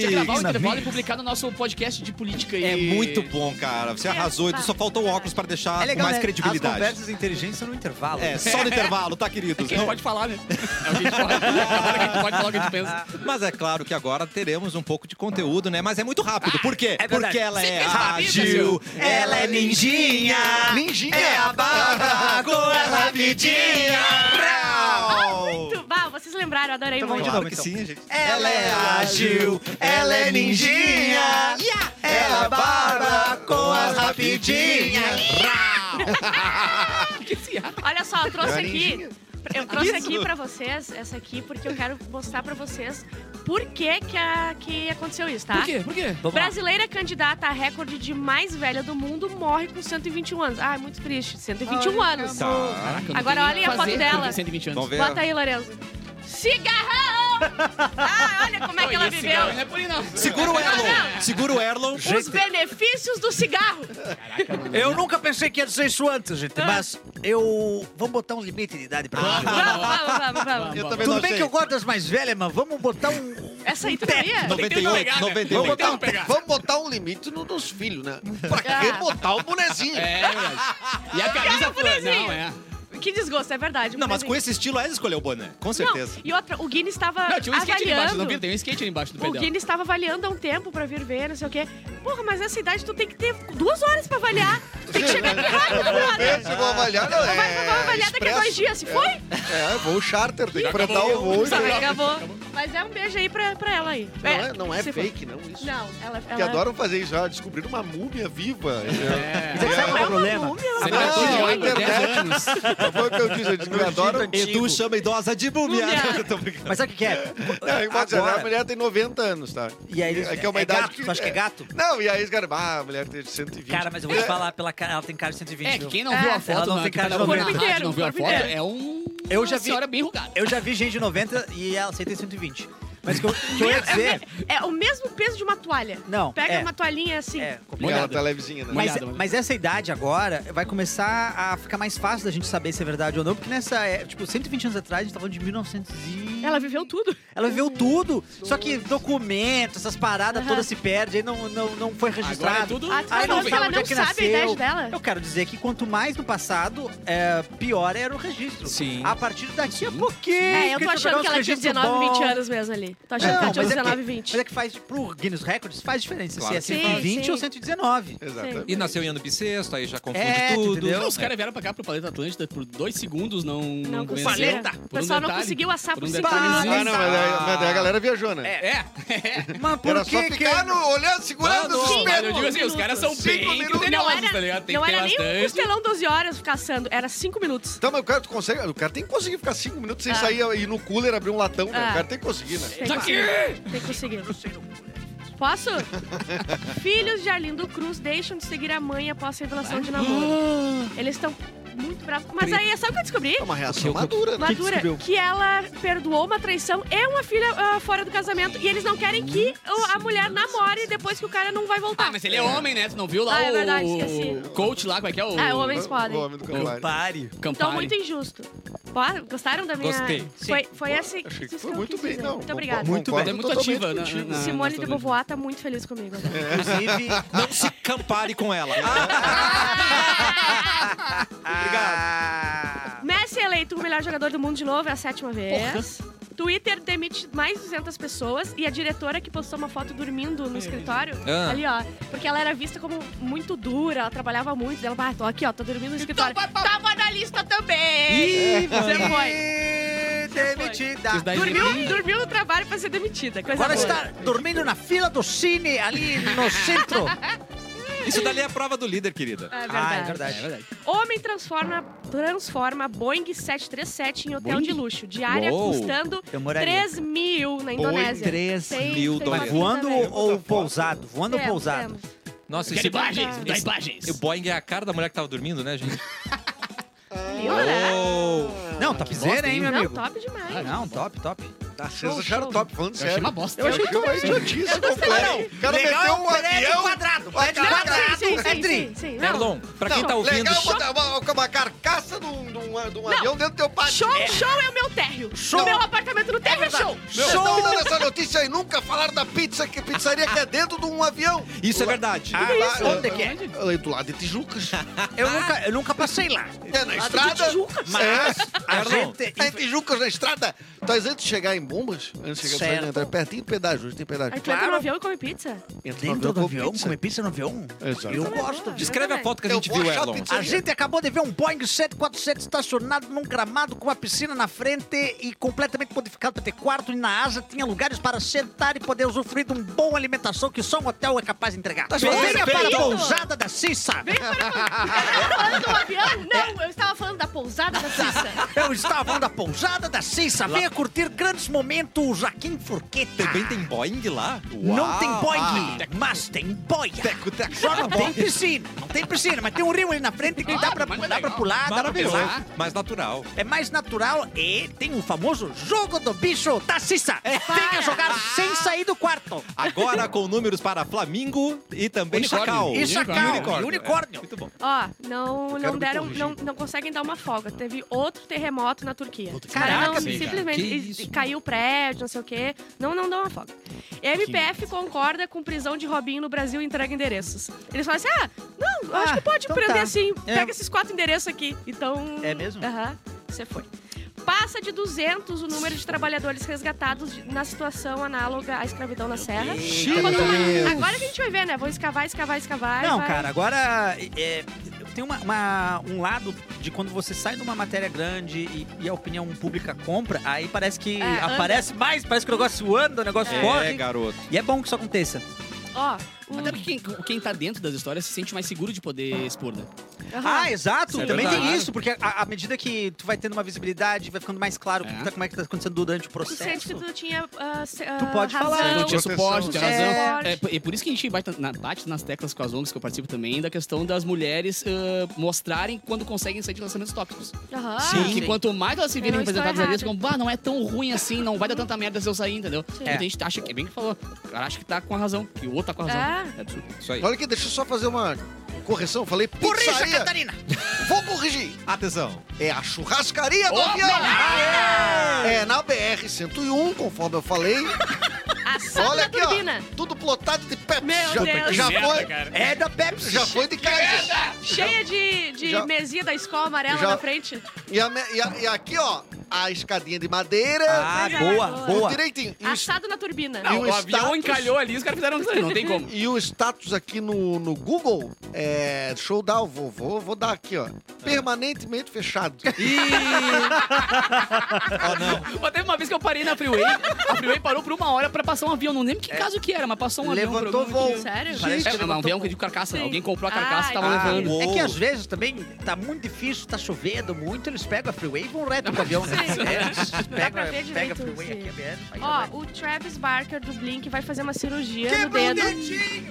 S2: que gravar o
S1: Mix.
S2: intervalo e publicar no nosso podcast de política e...
S1: É muito bom, cara. Você arrasou.
S4: tá.
S1: Só faltou o óculos para deixar
S3: É legal,
S1: mais
S3: né? As
S1: credibilidade.
S3: conversas inteligentes são no intervalo.
S1: É, só no intervalo, tá, queridos?
S2: Que a gente
S1: Não-
S2: pode falar, né? É o que a gente fala. Agora que a gente pode falar o que a gente pensa.
S1: Mas é claro que agora teremos um pouco de conteúdo, né? Mas é muito rápido. Por quê?
S3: é verdade.
S1: Porque ela é
S2: Simples da vida,
S1: ágil,
S2: seu.
S1: ela é ninjinha,
S5: Ninjinha.
S1: é a Bárbara é rapidinha. Rau!
S4: Tu- Bah, vocês lembraram, eu
S2: Então
S4: adorei muito.
S1: Claro que sim, gente.
S3: Ela é
S1: ágil, ela é ninjinha, ela barba com as rapidinhas.
S2: Porque esse ar-
S4: Olha só, eu trouxe aqui. Eu trouxe
S1: Isso.
S4: aqui pra vocês, essa aqui, porque eu quero mostrar pra vocês por que que, a- que aconteceu isso, tá?
S2: Por quê? Por quê?
S4: Brasileira candidata a recorde de mais velha do mundo morre com 121 anos. Ah, é muito triste. 121 anos.
S1: Tá.
S2: Eu não
S4: Agora
S2: tenho nem
S4: olhem a
S2: o que
S4: foto
S2: fazer
S4: dela.
S2: com 120 anos.
S1: Vamos ver.
S4: Bota aí, Lorenzo. Cigarrão! Ah, olha como é que ela
S2: Esse cara Não
S4: viveu.
S2: é por aí, não.
S1: Segura o Erlon, segura o Erlon.
S4: Os benefícios do cigarro.
S3: Eu nunca pensei que ia dizer isso antes, gente,
S4: Ah.
S3: mas eu vou botar um limite de idade pra
S1: Ah.
S3: mim.
S4: Vamos, vamos, vamos, vamos.
S5: Eu
S2: Bom,
S5: também
S3: Tudo
S5: não
S3: bem
S5: achei.
S3: que eu gosto das mais velhas, mas vamos botar um...
S4: Essa aí tu sabia?
S2: um
S1: 98,
S5: Vamos
S1: 98.
S5: botar, um,
S2: Tentando pegar.
S5: vamos botar um limite no- nos filhos, né? Pra
S4: Ah.
S5: que botar o bonezinho?
S2: É, verdade. E a camisa foi...
S4: bonezinho.
S2: Não, é.
S4: Que desgosto, é verdade.
S1: Não, mas com esse estilo ela escolheu o boné, com certeza.
S4: Não, e outra, o Guinness estava
S2: Não, tinha um skate ali embaixo. Não
S4: avaliando...
S2: viu? Tem um skate ali embaixo do
S4: O
S2: pedal.
S4: Guinness estava avaliando há um tempo pra vir ver, não sei o quê. Porra, mas nessa idade tu tem que ter duas horas pra avaliar. Tu tem que chegar aqui rápido, brother.
S5: Se eu vou avaliar, não
S4: Vai, vai,
S5: é.
S4: vai avaliar daqui a dois
S5: expresso.
S4: dias, se foi?
S5: É, vou charter, tem que enfrentar o voo.
S4: Sabe, acabou. Mas é um beijo aí pra, pra ela aí.
S5: Não é, não é
S4: se
S5: fake, não, isso.
S4: For. Não, é. ela...
S5: Que
S4: ela...
S5: adoram fazer isso, ah, descobriram uma múmia viva.
S2: É.
S3: Sabe qual é o problema?
S2: Você
S5: Ah,
S2: matou de
S5: a
S2: água, 10
S5: internet.
S2: anos.
S5: Foi o É que eu disse, eu disse que adoram.
S1: Edu chama idosa de búmia.
S4: Búmia.
S1: Tô brincando.
S3: Mas sabe o que que é?
S5: Não, e pode dizer,
S3: Agora-
S5: a mulher tem 90 anos, tá?
S3: E aí eles...
S5: É que é uma idade
S3: gato,
S5: que-
S3: Tu acha que é gato?
S5: Não, e aí os caras, ah, a mulher tem 120.
S3: Cara, mas eu
S5: É.
S3: vou te falar, pela cara, ela tem cara de 120,
S2: É,
S3: viu?
S2: quem não viu
S4: É,
S2: a
S3: ela
S2: foto,
S3: não
S2: não,
S3: tem
S2: que
S3: cara
S2: tá
S3: de
S2: na
S3: noventa.
S2: rádio, não viu a
S4: Corpo
S2: foto,
S4: inteiro.
S2: é um...
S3: Eu já
S2: uma
S3: vi-
S2: senhora bem enrugada.
S3: Eu já vi gente de 90 e ela aceita 120. Mas o que eu, que eu ia
S4: É,
S3: dizer...
S4: é, é o mesmo peso de uma toalha.
S3: Não,
S4: Pega
S3: é.
S4: uma toalhinha assim.
S3: É,
S5: E
S3: complicado.
S5: ela
S2: Molhada.
S5: tá levezinha, né?
S2: Mas-
S3: Mas, é-
S2: Obrigado, mano.
S3: mas essa idade agora vai começar a ficar mais fácil da gente saber se é verdade ou não, porque nessa, é, tipo, 120 anos atrás, a gente tava falando de 1900 e...
S4: Ela viveu tudo.
S3: Ela viveu tudo, só que documentos, essas paradas
S4: Aham.
S3: todas se perdem, aí não, não, não foi
S2: Agora é
S3: registrado.
S2: tudo...
S4: Ah, tu
S3: Ai,
S4: tá
S3: não
S4: falando
S3: sei
S4: que ela
S3: onde é
S4: não
S3: que
S4: sabe a
S3: nasceu.
S4: idade dela?
S3: Eu quero dizer que quanto mais no passado, é, pior era o registro.
S1: Sim.
S3: A partir daqui a pouquinho...
S4: É, eu
S3: que
S4: tô
S3: a gente vai pegar
S4: achando que
S3: uns
S4: ela tinha
S3: registros
S4: 19, 20
S3: bons.
S4: anos mesmo ali. Tô achando
S3: Não,
S4: que ela tinha
S3: mas é que-
S4: 19, 20.
S3: Mas é que faz, pro Guinness Records, faz diferença
S1: Claro.
S3: se é
S4: Sim,
S3: 120
S4: sim.
S3: ou 119.
S5: Exatamente.
S1: E nasceu em ano bissexto, aí já confunde
S3: É, tu
S1: tudo.
S3: entendeu?
S2: Não, os caras vieram pra cá pro Planeta Atlântida por dois segundos, não.
S4: Não conseguiu.
S2: venceram.
S4: Paleta.
S2: Por um
S4: O pessoal não
S2: detalhe.
S4: conseguiu assar
S2: Por
S4: por
S2: um
S4: cima.
S2: detalhezinho.
S5: Ah, não, mas daí, mas daí a galera viajou, né?
S2: É,
S3: Mas por
S5: Era
S3: que
S5: só
S3: que- é?
S5: ficar no, olhando, segurando os
S2: Mas eu
S5: espelhos.
S2: digo assim, os caras são
S5: Cinco
S2: bem
S5: minutos.
S4: Não
S2: criteriosos,
S4: era,
S2: tá ligado? Tem
S4: não
S2: que ter
S4: era nem um
S2: bastante.
S4: costelão 12 horas caçando, era 5 minutos.
S5: Então, mas o cara, tu consegue, o cara tem que conseguir ficar cinco minutos sem sair e ir no cooler abrir um latão, né?
S4: Ah.
S5: O cara tem que conseguir, né?
S2: Tá
S4: Tem que conseguir. Tem que conseguir. Posso? Filhos de Arlindo Cruz deixam de seguir a mãe após revelação de namoro. Eles estão muito brava. Mas aí, sabe o que eu descobri?
S5: É uma reação
S1: O que eu-
S5: madura, né?
S4: Madura, que, ela perdoou uma traição e uma filha ah, fora do casamento. E eles não querem que o- a mulher namore depois que o cara não vai voltar.
S2: Ah, mas ele é homem, né? Tu não viu lá
S4: Ah, é
S2: o...
S4: verdade, esqueci.
S2: o coach lá, como é que é? O...
S4: Ah, homens
S5: O
S4: podem.
S5: homem do Campari.
S8: Compare.
S4: Então,
S2: Campari.
S4: muito injusto. Ó, Gostaram da minha...
S1: Gostei.
S4: Foi, foi esse...
S5: Achei que
S4: isso
S5: foi
S4: eu
S5: muito
S4: quis
S5: bem,
S4: dizer.
S5: não.
S4: Muito obrigada.
S8: Muito
S2: Ela
S5: Concordo
S2: é muito
S5: totalmente
S2: ativa. Na,
S5: contigo.
S2: na-
S4: Simone
S2: na
S4: de
S2: sua vida.
S4: Beauvoir tá muito feliz comigo agora.
S8: Inclusive, não se campare com
S1: né?
S8: ela.
S4: Messi é eleito o melhor jogador do mundo de novo, é a sétima vez. Twitter demite mais 200 pessoas e a diretora que postou uma foto dormindo no escritório,
S1: Ah.
S4: ali ó, porque ela era vista como muito dura, ela trabalhava muito, dela, ah, tô aqui ó, tô dormindo no escritório. Tava na lista também! Você foi.
S3: E demitida.
S2: Isso daí-
S4: Dormiu, dormiu no trabalho pra ser demitida, coisa
S3: Agora
S4: boa.
S3: está dormindo na fila do cine, ali no centro.
S1: Isso dali é a prova do líder, querida.
S4: É verdade.
S3: Ah, é verdade.
S2: É verdade.
S4: Homem transforma, transforma Boeing 737 em hotel de luxo. Diária
S1: Uou.
S4: custando
S3: Eu
S4: 3 mil na Indonésia.
S1: 3
S4: Tem-
S1: mil
S4: tem
S1: dólares.
S4: aqui
S3: Voando
S4: também.
S3: ou pousado? Voando ou
S4: Temos,
S3: pousado?
S4: temos.
S1: Nossa,
S2: Quero
S1: esse
S2: imagens, me dá
S1: esse-
S2: imagens.
S1: O Boeing é a cara da mulher que tava dormindo, né, gente?
S4: Viu, né?
S1: Oh.
S3: Não, topzera, hein, meu
S4: Não,
S3: amigo?
S4: top demais.
S3: Não, top, top.
S5: Tá, vocês acharam top, falando
S2: Eu achei
S5: sério.
S2: uma bosta.
S5: Eu achei uma idiotice completa. O cara meteu um
S3: prédio
S5: avião...
S3: quadrado, prédio
S4: Não,
S3: quadrado.
S4: sim, sim,
S3: é
S4: sim,
S3: tri.
S4: sim, sim, não.
S1: Erlon, pra quem
S5: Não,
S1: tá ouvindo...
S5: Legal botar uma, uma carcaça de um, de um- de um avião dentro do teu pátio.
S4: Show, show é o meu térreo.
S5: Show.
S4: Meu apartamento no térreo é show.
S5: Vocês estão tá dando essa notícia aí, nunca falaram da pizza, que pizzaria que é dentro de um avião.
S1: Isso é verdade.
S3: Ah, Onde que é?
S5: é? Do lado de Tijucas.
S3: Eu nunca, eu nunca passei lá.
S5: É na estrada.
S3: Mas a
S1: Erlon.
S3: gente... é
S5: Tá em Tijucas, na estrada. Mas antes de chegar em Bombas, antes de chegar
S3: Certo.
S5: em entrar pertinho, pedágio, hoje tem
S4: Aí
S5: pedágio.
S4: tu entra no
S3: Claro.
S4: avião e come pizza.
S5: Entra no
S3: Dentro do
S5: com
S3: avião,
S5: pizza.
S3: comer pizza no avião?
S5: Exato.
S3: Eu gosto.
S1: Descreve a foto que a
S5: Eu
S1: gente
S5: vou
S1: viu,
S5: achar a
S1: Erlon.
S5: pizza.
S3: A gente acabou de ver um Boeing 747 estacionado num gramado com uma piscina na frente e completamente modificado para ter quarto e na asa tinha lugares para sentar e poder usufruir de uma boa alimentação que só um hotel é capaz de entregar. Venha para a
S4: perfeito.
S3: pousada da Cissa!
S4: Tá falando do avião? Não, eu estava falando da pousada da Suíça.
S3: Eu estava na pousada da Cissa. Venha curtir grandes momentos aqui em Forqueta.
S1: Também tem Ah. Boeing lá?
S3: Não tem Boeing, mas tem boia. Só não tem piscina. Não tem piscina, mas tem um rio ali na frente que dá pra,
S2: mas
S3: dá pra
S2: legal.
S3: pular, dá pra
S1: Ah, Maravilhoso.
S3: pular.
S1: Mais natural.
S3: É mais natural e tem o famoso jogo do bicho da Cissa.
S1: É.
S3: Tem que jogar sem sair do quarto.
S1: Agora com números para Flamingo e também
S2: Unicórnio.
S1: Chacal.
S3: E chacal,
S1: unicórnio.
S3: unicórnio.
S1: É, muito bom.
S4: Ó, não, não
S5: me
S4: deram,
S5: corrigir.
S4: não, não conseguem dar uma folga. Teve outro terremoto na Turquia. Cara,
S2: Caraca,
S4: não,
S2: sim, cara.
S4: simplesmente
S1: Que
S4: e-
S1: isso?
S4: caiu o prédio, não sei o quê. Não, não dá uma folga. MPF concorda com prisão de Robinho no Brasil e entrega endereços. Eles falam assim: ah, não, eu acho
S3: Ah,
S4: que pode
S3: então
S4: prender
S3: tá.
S4: assim.
S3: É.
S4: Pega esses quatro endereços aqui. Então.
S3: É mesmo?
S4: Aham, você foi. Passa de 200 o número de trabalhadores resgatados de- na situação análoga à escravidão na Serra. Quanto mais- Agora que a gente vai ver, né? Vão escavar, escavar, escavar. e
S3: Não,
S4: vai-
S3: cara, agora é, tem uma- uma- um lado de quando você sai de uma matéria grande e, e a opinião pública compra, aí parece que
S4: É, anda.
S3: aparece mais, parece que o negócio anda, o negócio
S1: É,
S3: corre.
S1: garoto.
S3: E é bom que isso aconteça.
S4: Ó, o-
S2: Até porque quem, quem tá dentro das histórias se sente mais seguro de poder expor, né?
S4: Aham.
S3: Ah, exato.
S1: É
S3: Também tem
S1: verdade.
S3: isso, porque a- à medida que tu vai tendo uma visibilidade, vai ficando mais claro o que
S2: É.
S3: que tá- como é que tá acontecendo durante o
S4: Tu sente que
S3: processo.
S4: tu tinha ah, se- ah,
S3: Tu pode
S4: razão.
S3: falar.
S2: Não,
S5: Não,
S2: tinha
S5: proteção.
S2: suporte, tinha razão.
S4: É.
S2: É, p- e por isso que a gente bate, na- bate nas teclas com as ONGs que eu participo também, da questão das mulheres ah, mostrarem quando conseguem sair de relacionamentos tóxicos.
S4: Aham.
S2: Porque quanto mais elas se virem
S4: Eu Ah, não estou
S2: representadas ali, elas
S4: errada.
S2: ficam, bah, não é tão ruim assim, não vai dar tanta merda se eu sair, entendeu?
S4: Sim.
S2: Então a gente acha que, é bem que falou, o cara acha que tá com a razão, que o outro tá com a razão.
S4: É.
S2: É absurdo.
S1: Isso aí.
S5: Olha aqui, deixa eu só fazer uma correção. Falei
S3: Corrija,
S5: pizzaria.
S3: Catarina!
S5: Vou corrigir.
S1: Atenção.
S5: É a churrascaria do avião. É na BR-101, conforme eu falei.
S4: A sala
S5: Olha
S4: da
S5: aqui,
S4: turbina.
S5: ó. Tudo plotado de Pepsi.
S4: Meu
S5: já,
S4: Deus.
S5: já foi,
S3: É da Pepsi.
S5: já foi de casa.
S4: Cheia de, de
S5: Já-
S4: mesinha da escola amarela
S5: Já-
S4: na frente.
S5: E, a me- e a- e aqui, ó, a escadinha de madeira.
S3: Ah,
S4: Legal.
S3: boa,
S4: é, Boa.
S5: tudo
S3: boa.
S5: Direitinho. E o, es-
S4: Assado na turbina.
S5: Não. E
S2: Não,
S5: o
S2: o avião
S5: status?
S2: encalhou ali, os caras fizeram isso, não tem como.
S5: e o status aqui no, no Google é showdown. Vou, vou, vou dar aqui, ó. Permanentemente fechado.
S2: Mas teve uma vez que eu parei na freeway, a freeway parou por uma hora pra passar um avião, não lembro que caso que era, mas passou um
S3: Levantou
S2: avião. por algum
S3: voo.
S2: motivo.
S4: Sério?
S3: Parece
S2: É, mas um avião de carcaça,
S4: Sim.
S2: alguém comprou a carcaça
S4: Ah,
S2: e tava
S4: entendi.
S2: levando.
S3: É que às vezes também tá muito difícil, tá chovendo muito, eles pegam a freeway e vão reto com o avião, né?
S4: Dá pra
S3: Pega,
S4: ver
S3: pega
S4: direito.
S3: freeway
S4: sim.
S3: aqui, aberto, vai
S4: Ó, o Travis Barker do Blink vai fazer uma cirurgia no
S3: Quebra o
S4: dedo.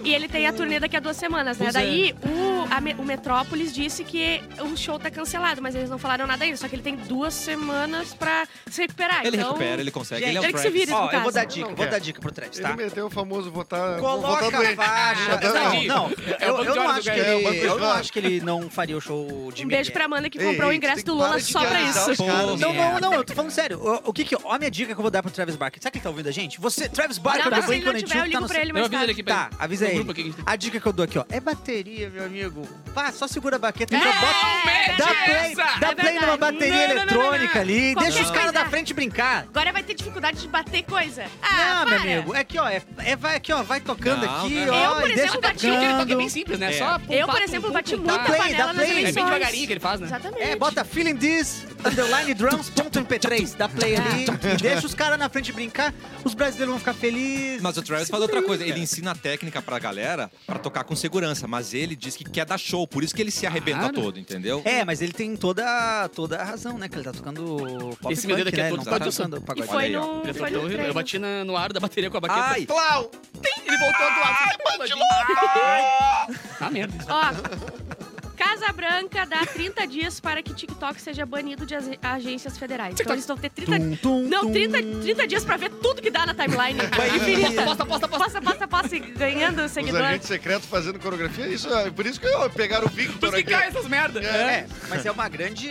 S4: E ele tem a turnê daqui a duas semanas, né?
S2: Pois é.
S4: Daí o, a Me- o Metrópolis disse que o show tá cancelado, mas eles não falaram nada ainda. Só que ele tem duas semanas pra se recuperar.
S1: Ele
S4: então,
S1: recupera, ele consegue.
S3: Gente,
S1: Ele é o
S4: ele que se
S1: Travis.
S4: vira.
S3: Ó, eu
S4: caso.
S3: vou dar dica,
S4: Não
S3: vou
S5: quer.
S3: dar dica pro Travis,
S5: Ele
S3: tá?
S5: meteu o famoso votar.
S3: Coloca
S5: votar
S3: a
S5: doente.
S3: faixa.
S5: Votar doente.
S3: Não, não.
S2: É o
S3: Eu,
S2: banco
S3: eu
S2: de
S3: não
S2: horas
S3: acho
S2: do
S3: que
S5: cara. É o banco
S3: ele,
S5: de
S3: eu não
S5: horas.
S3: acho que ele não faria o show de
S4: Um beijo
S3: Miguel.
S4: pra Amanda que
S5: Ei,
S4: comprou o
S5: ei,
S4: ingresso
S5: tem que
S4: do Lula
S5: parar de
S4: só pra
S5: idealizar
S4: isso.
S5: os caras.
S3: Não, não,
S1: Merda.
S3: não, eu tô falando sério. O, o que que, ó, a minha dica que eu vou dar pro Travis Barker. Será que ele tá ouvindo a gente? Você, Travis Barker,
S4: Não,
S3: do
S4: mas se ele não
S3: Blink-182,
S4: tiver, eu
S3: tá
S4: ligo
S3: no
S4: pra ele
S2: Eu
S4: mais
S2: aviso
S4: tarde.
S2: ele aqui pra
S3: Tá, avisa
S2: no
S3: aí.
S2: grupo aqui que a gente tem.
S3: A dica que eu dou aqui, ó, é bateria, meu amigo. Pá, só segura a baqueta.
S4: É,
S3: então
S4: é
S3: bota, dá play,
S4: essa!
S3: dá play
S4: É verdade.
S3: numa bateria
S4: Não, não, não, não,
S3: eletrônica
S4: não.
S3: ali.
S4: Qualquer
S3: Deixa os caras
S4: coisa.
S3: da frente brincar.
S4: Agora vai ter dificuldade de bater coisa.
S3: não,
S4: Ah,
S3: meu
S4: para.
S3: amigo, é que ó, é, é- vai aqui, ó, vai tocando
S1: Não,
S3: aqui,
S1: não.
S3: ó.
S4: Eu, por
S3: e deixa
S4: exemplo, bati
S2: Porque ele
S3: tocando.
S2: toca bem simples, né?
S1: É.
S2: Só
S4: Eu, por
S2: pum,
S4: exemplo,
S2: pum,
S4: bati
S2: pum,
S4: muita
S2: tá.
S3: play, dá
S4: panela nas
S3: play.
S2: É
S4: eleições.
S2: bem devagarinho que ele faz, né?
S4: Exatamente.
S3: É, bota feeling this, underline drums, ponto mp3, dá play ali, deixa os caras na frente brincar, os brasileiros vão ficar felizes.
S1: Mas o Travis fala outra coisa, ele ensina a técnica pra galera pra tocar com segurança, mas ele diz que quer dar show, por isso que ele se arrebenta
S2: Claro.
S1: todo, entendeu?
S3: É, mas ele tem toda, toda a razão, né? Que ele tá tocando pop
S2: Esse
S3: punk,
S2: meu dedo aqui
S3: né?
S2: é todo
S3: Ele não
S1: pagode.
S3: tocando
S4: E
S3: pagode.
S4: foi
S1: aí, ó.
S4: no,
S2: Ele
S4: foi
S2: tocou
S4: no
S2: horrível.
S4: treino.
S2: Eu bati na- no aro da bateria com a baqueta.
S1: Ai,
S5: Plau!
S2: Ele voltou do lado. Bate Ah, merda.
S4: Ó, Casa Branca dá 30 dias para que TikTok seja banido de ag- agências federais. Então eles vão ter 30... não, 30, 30 dias para ver tudo que dá na timeline. Infinita. Posta, posta, posta. Posta, posta, posta. e Ganhando
S5: Os
S4: seguidor.
S5: agentes secretos fazendo coreografia, isso é por isso que eu pegaram o
S2: Por
S5: Victor
S2: isso que
S5: aqui.
S2: cai essas merdas.
S3: É, mas é uma grande.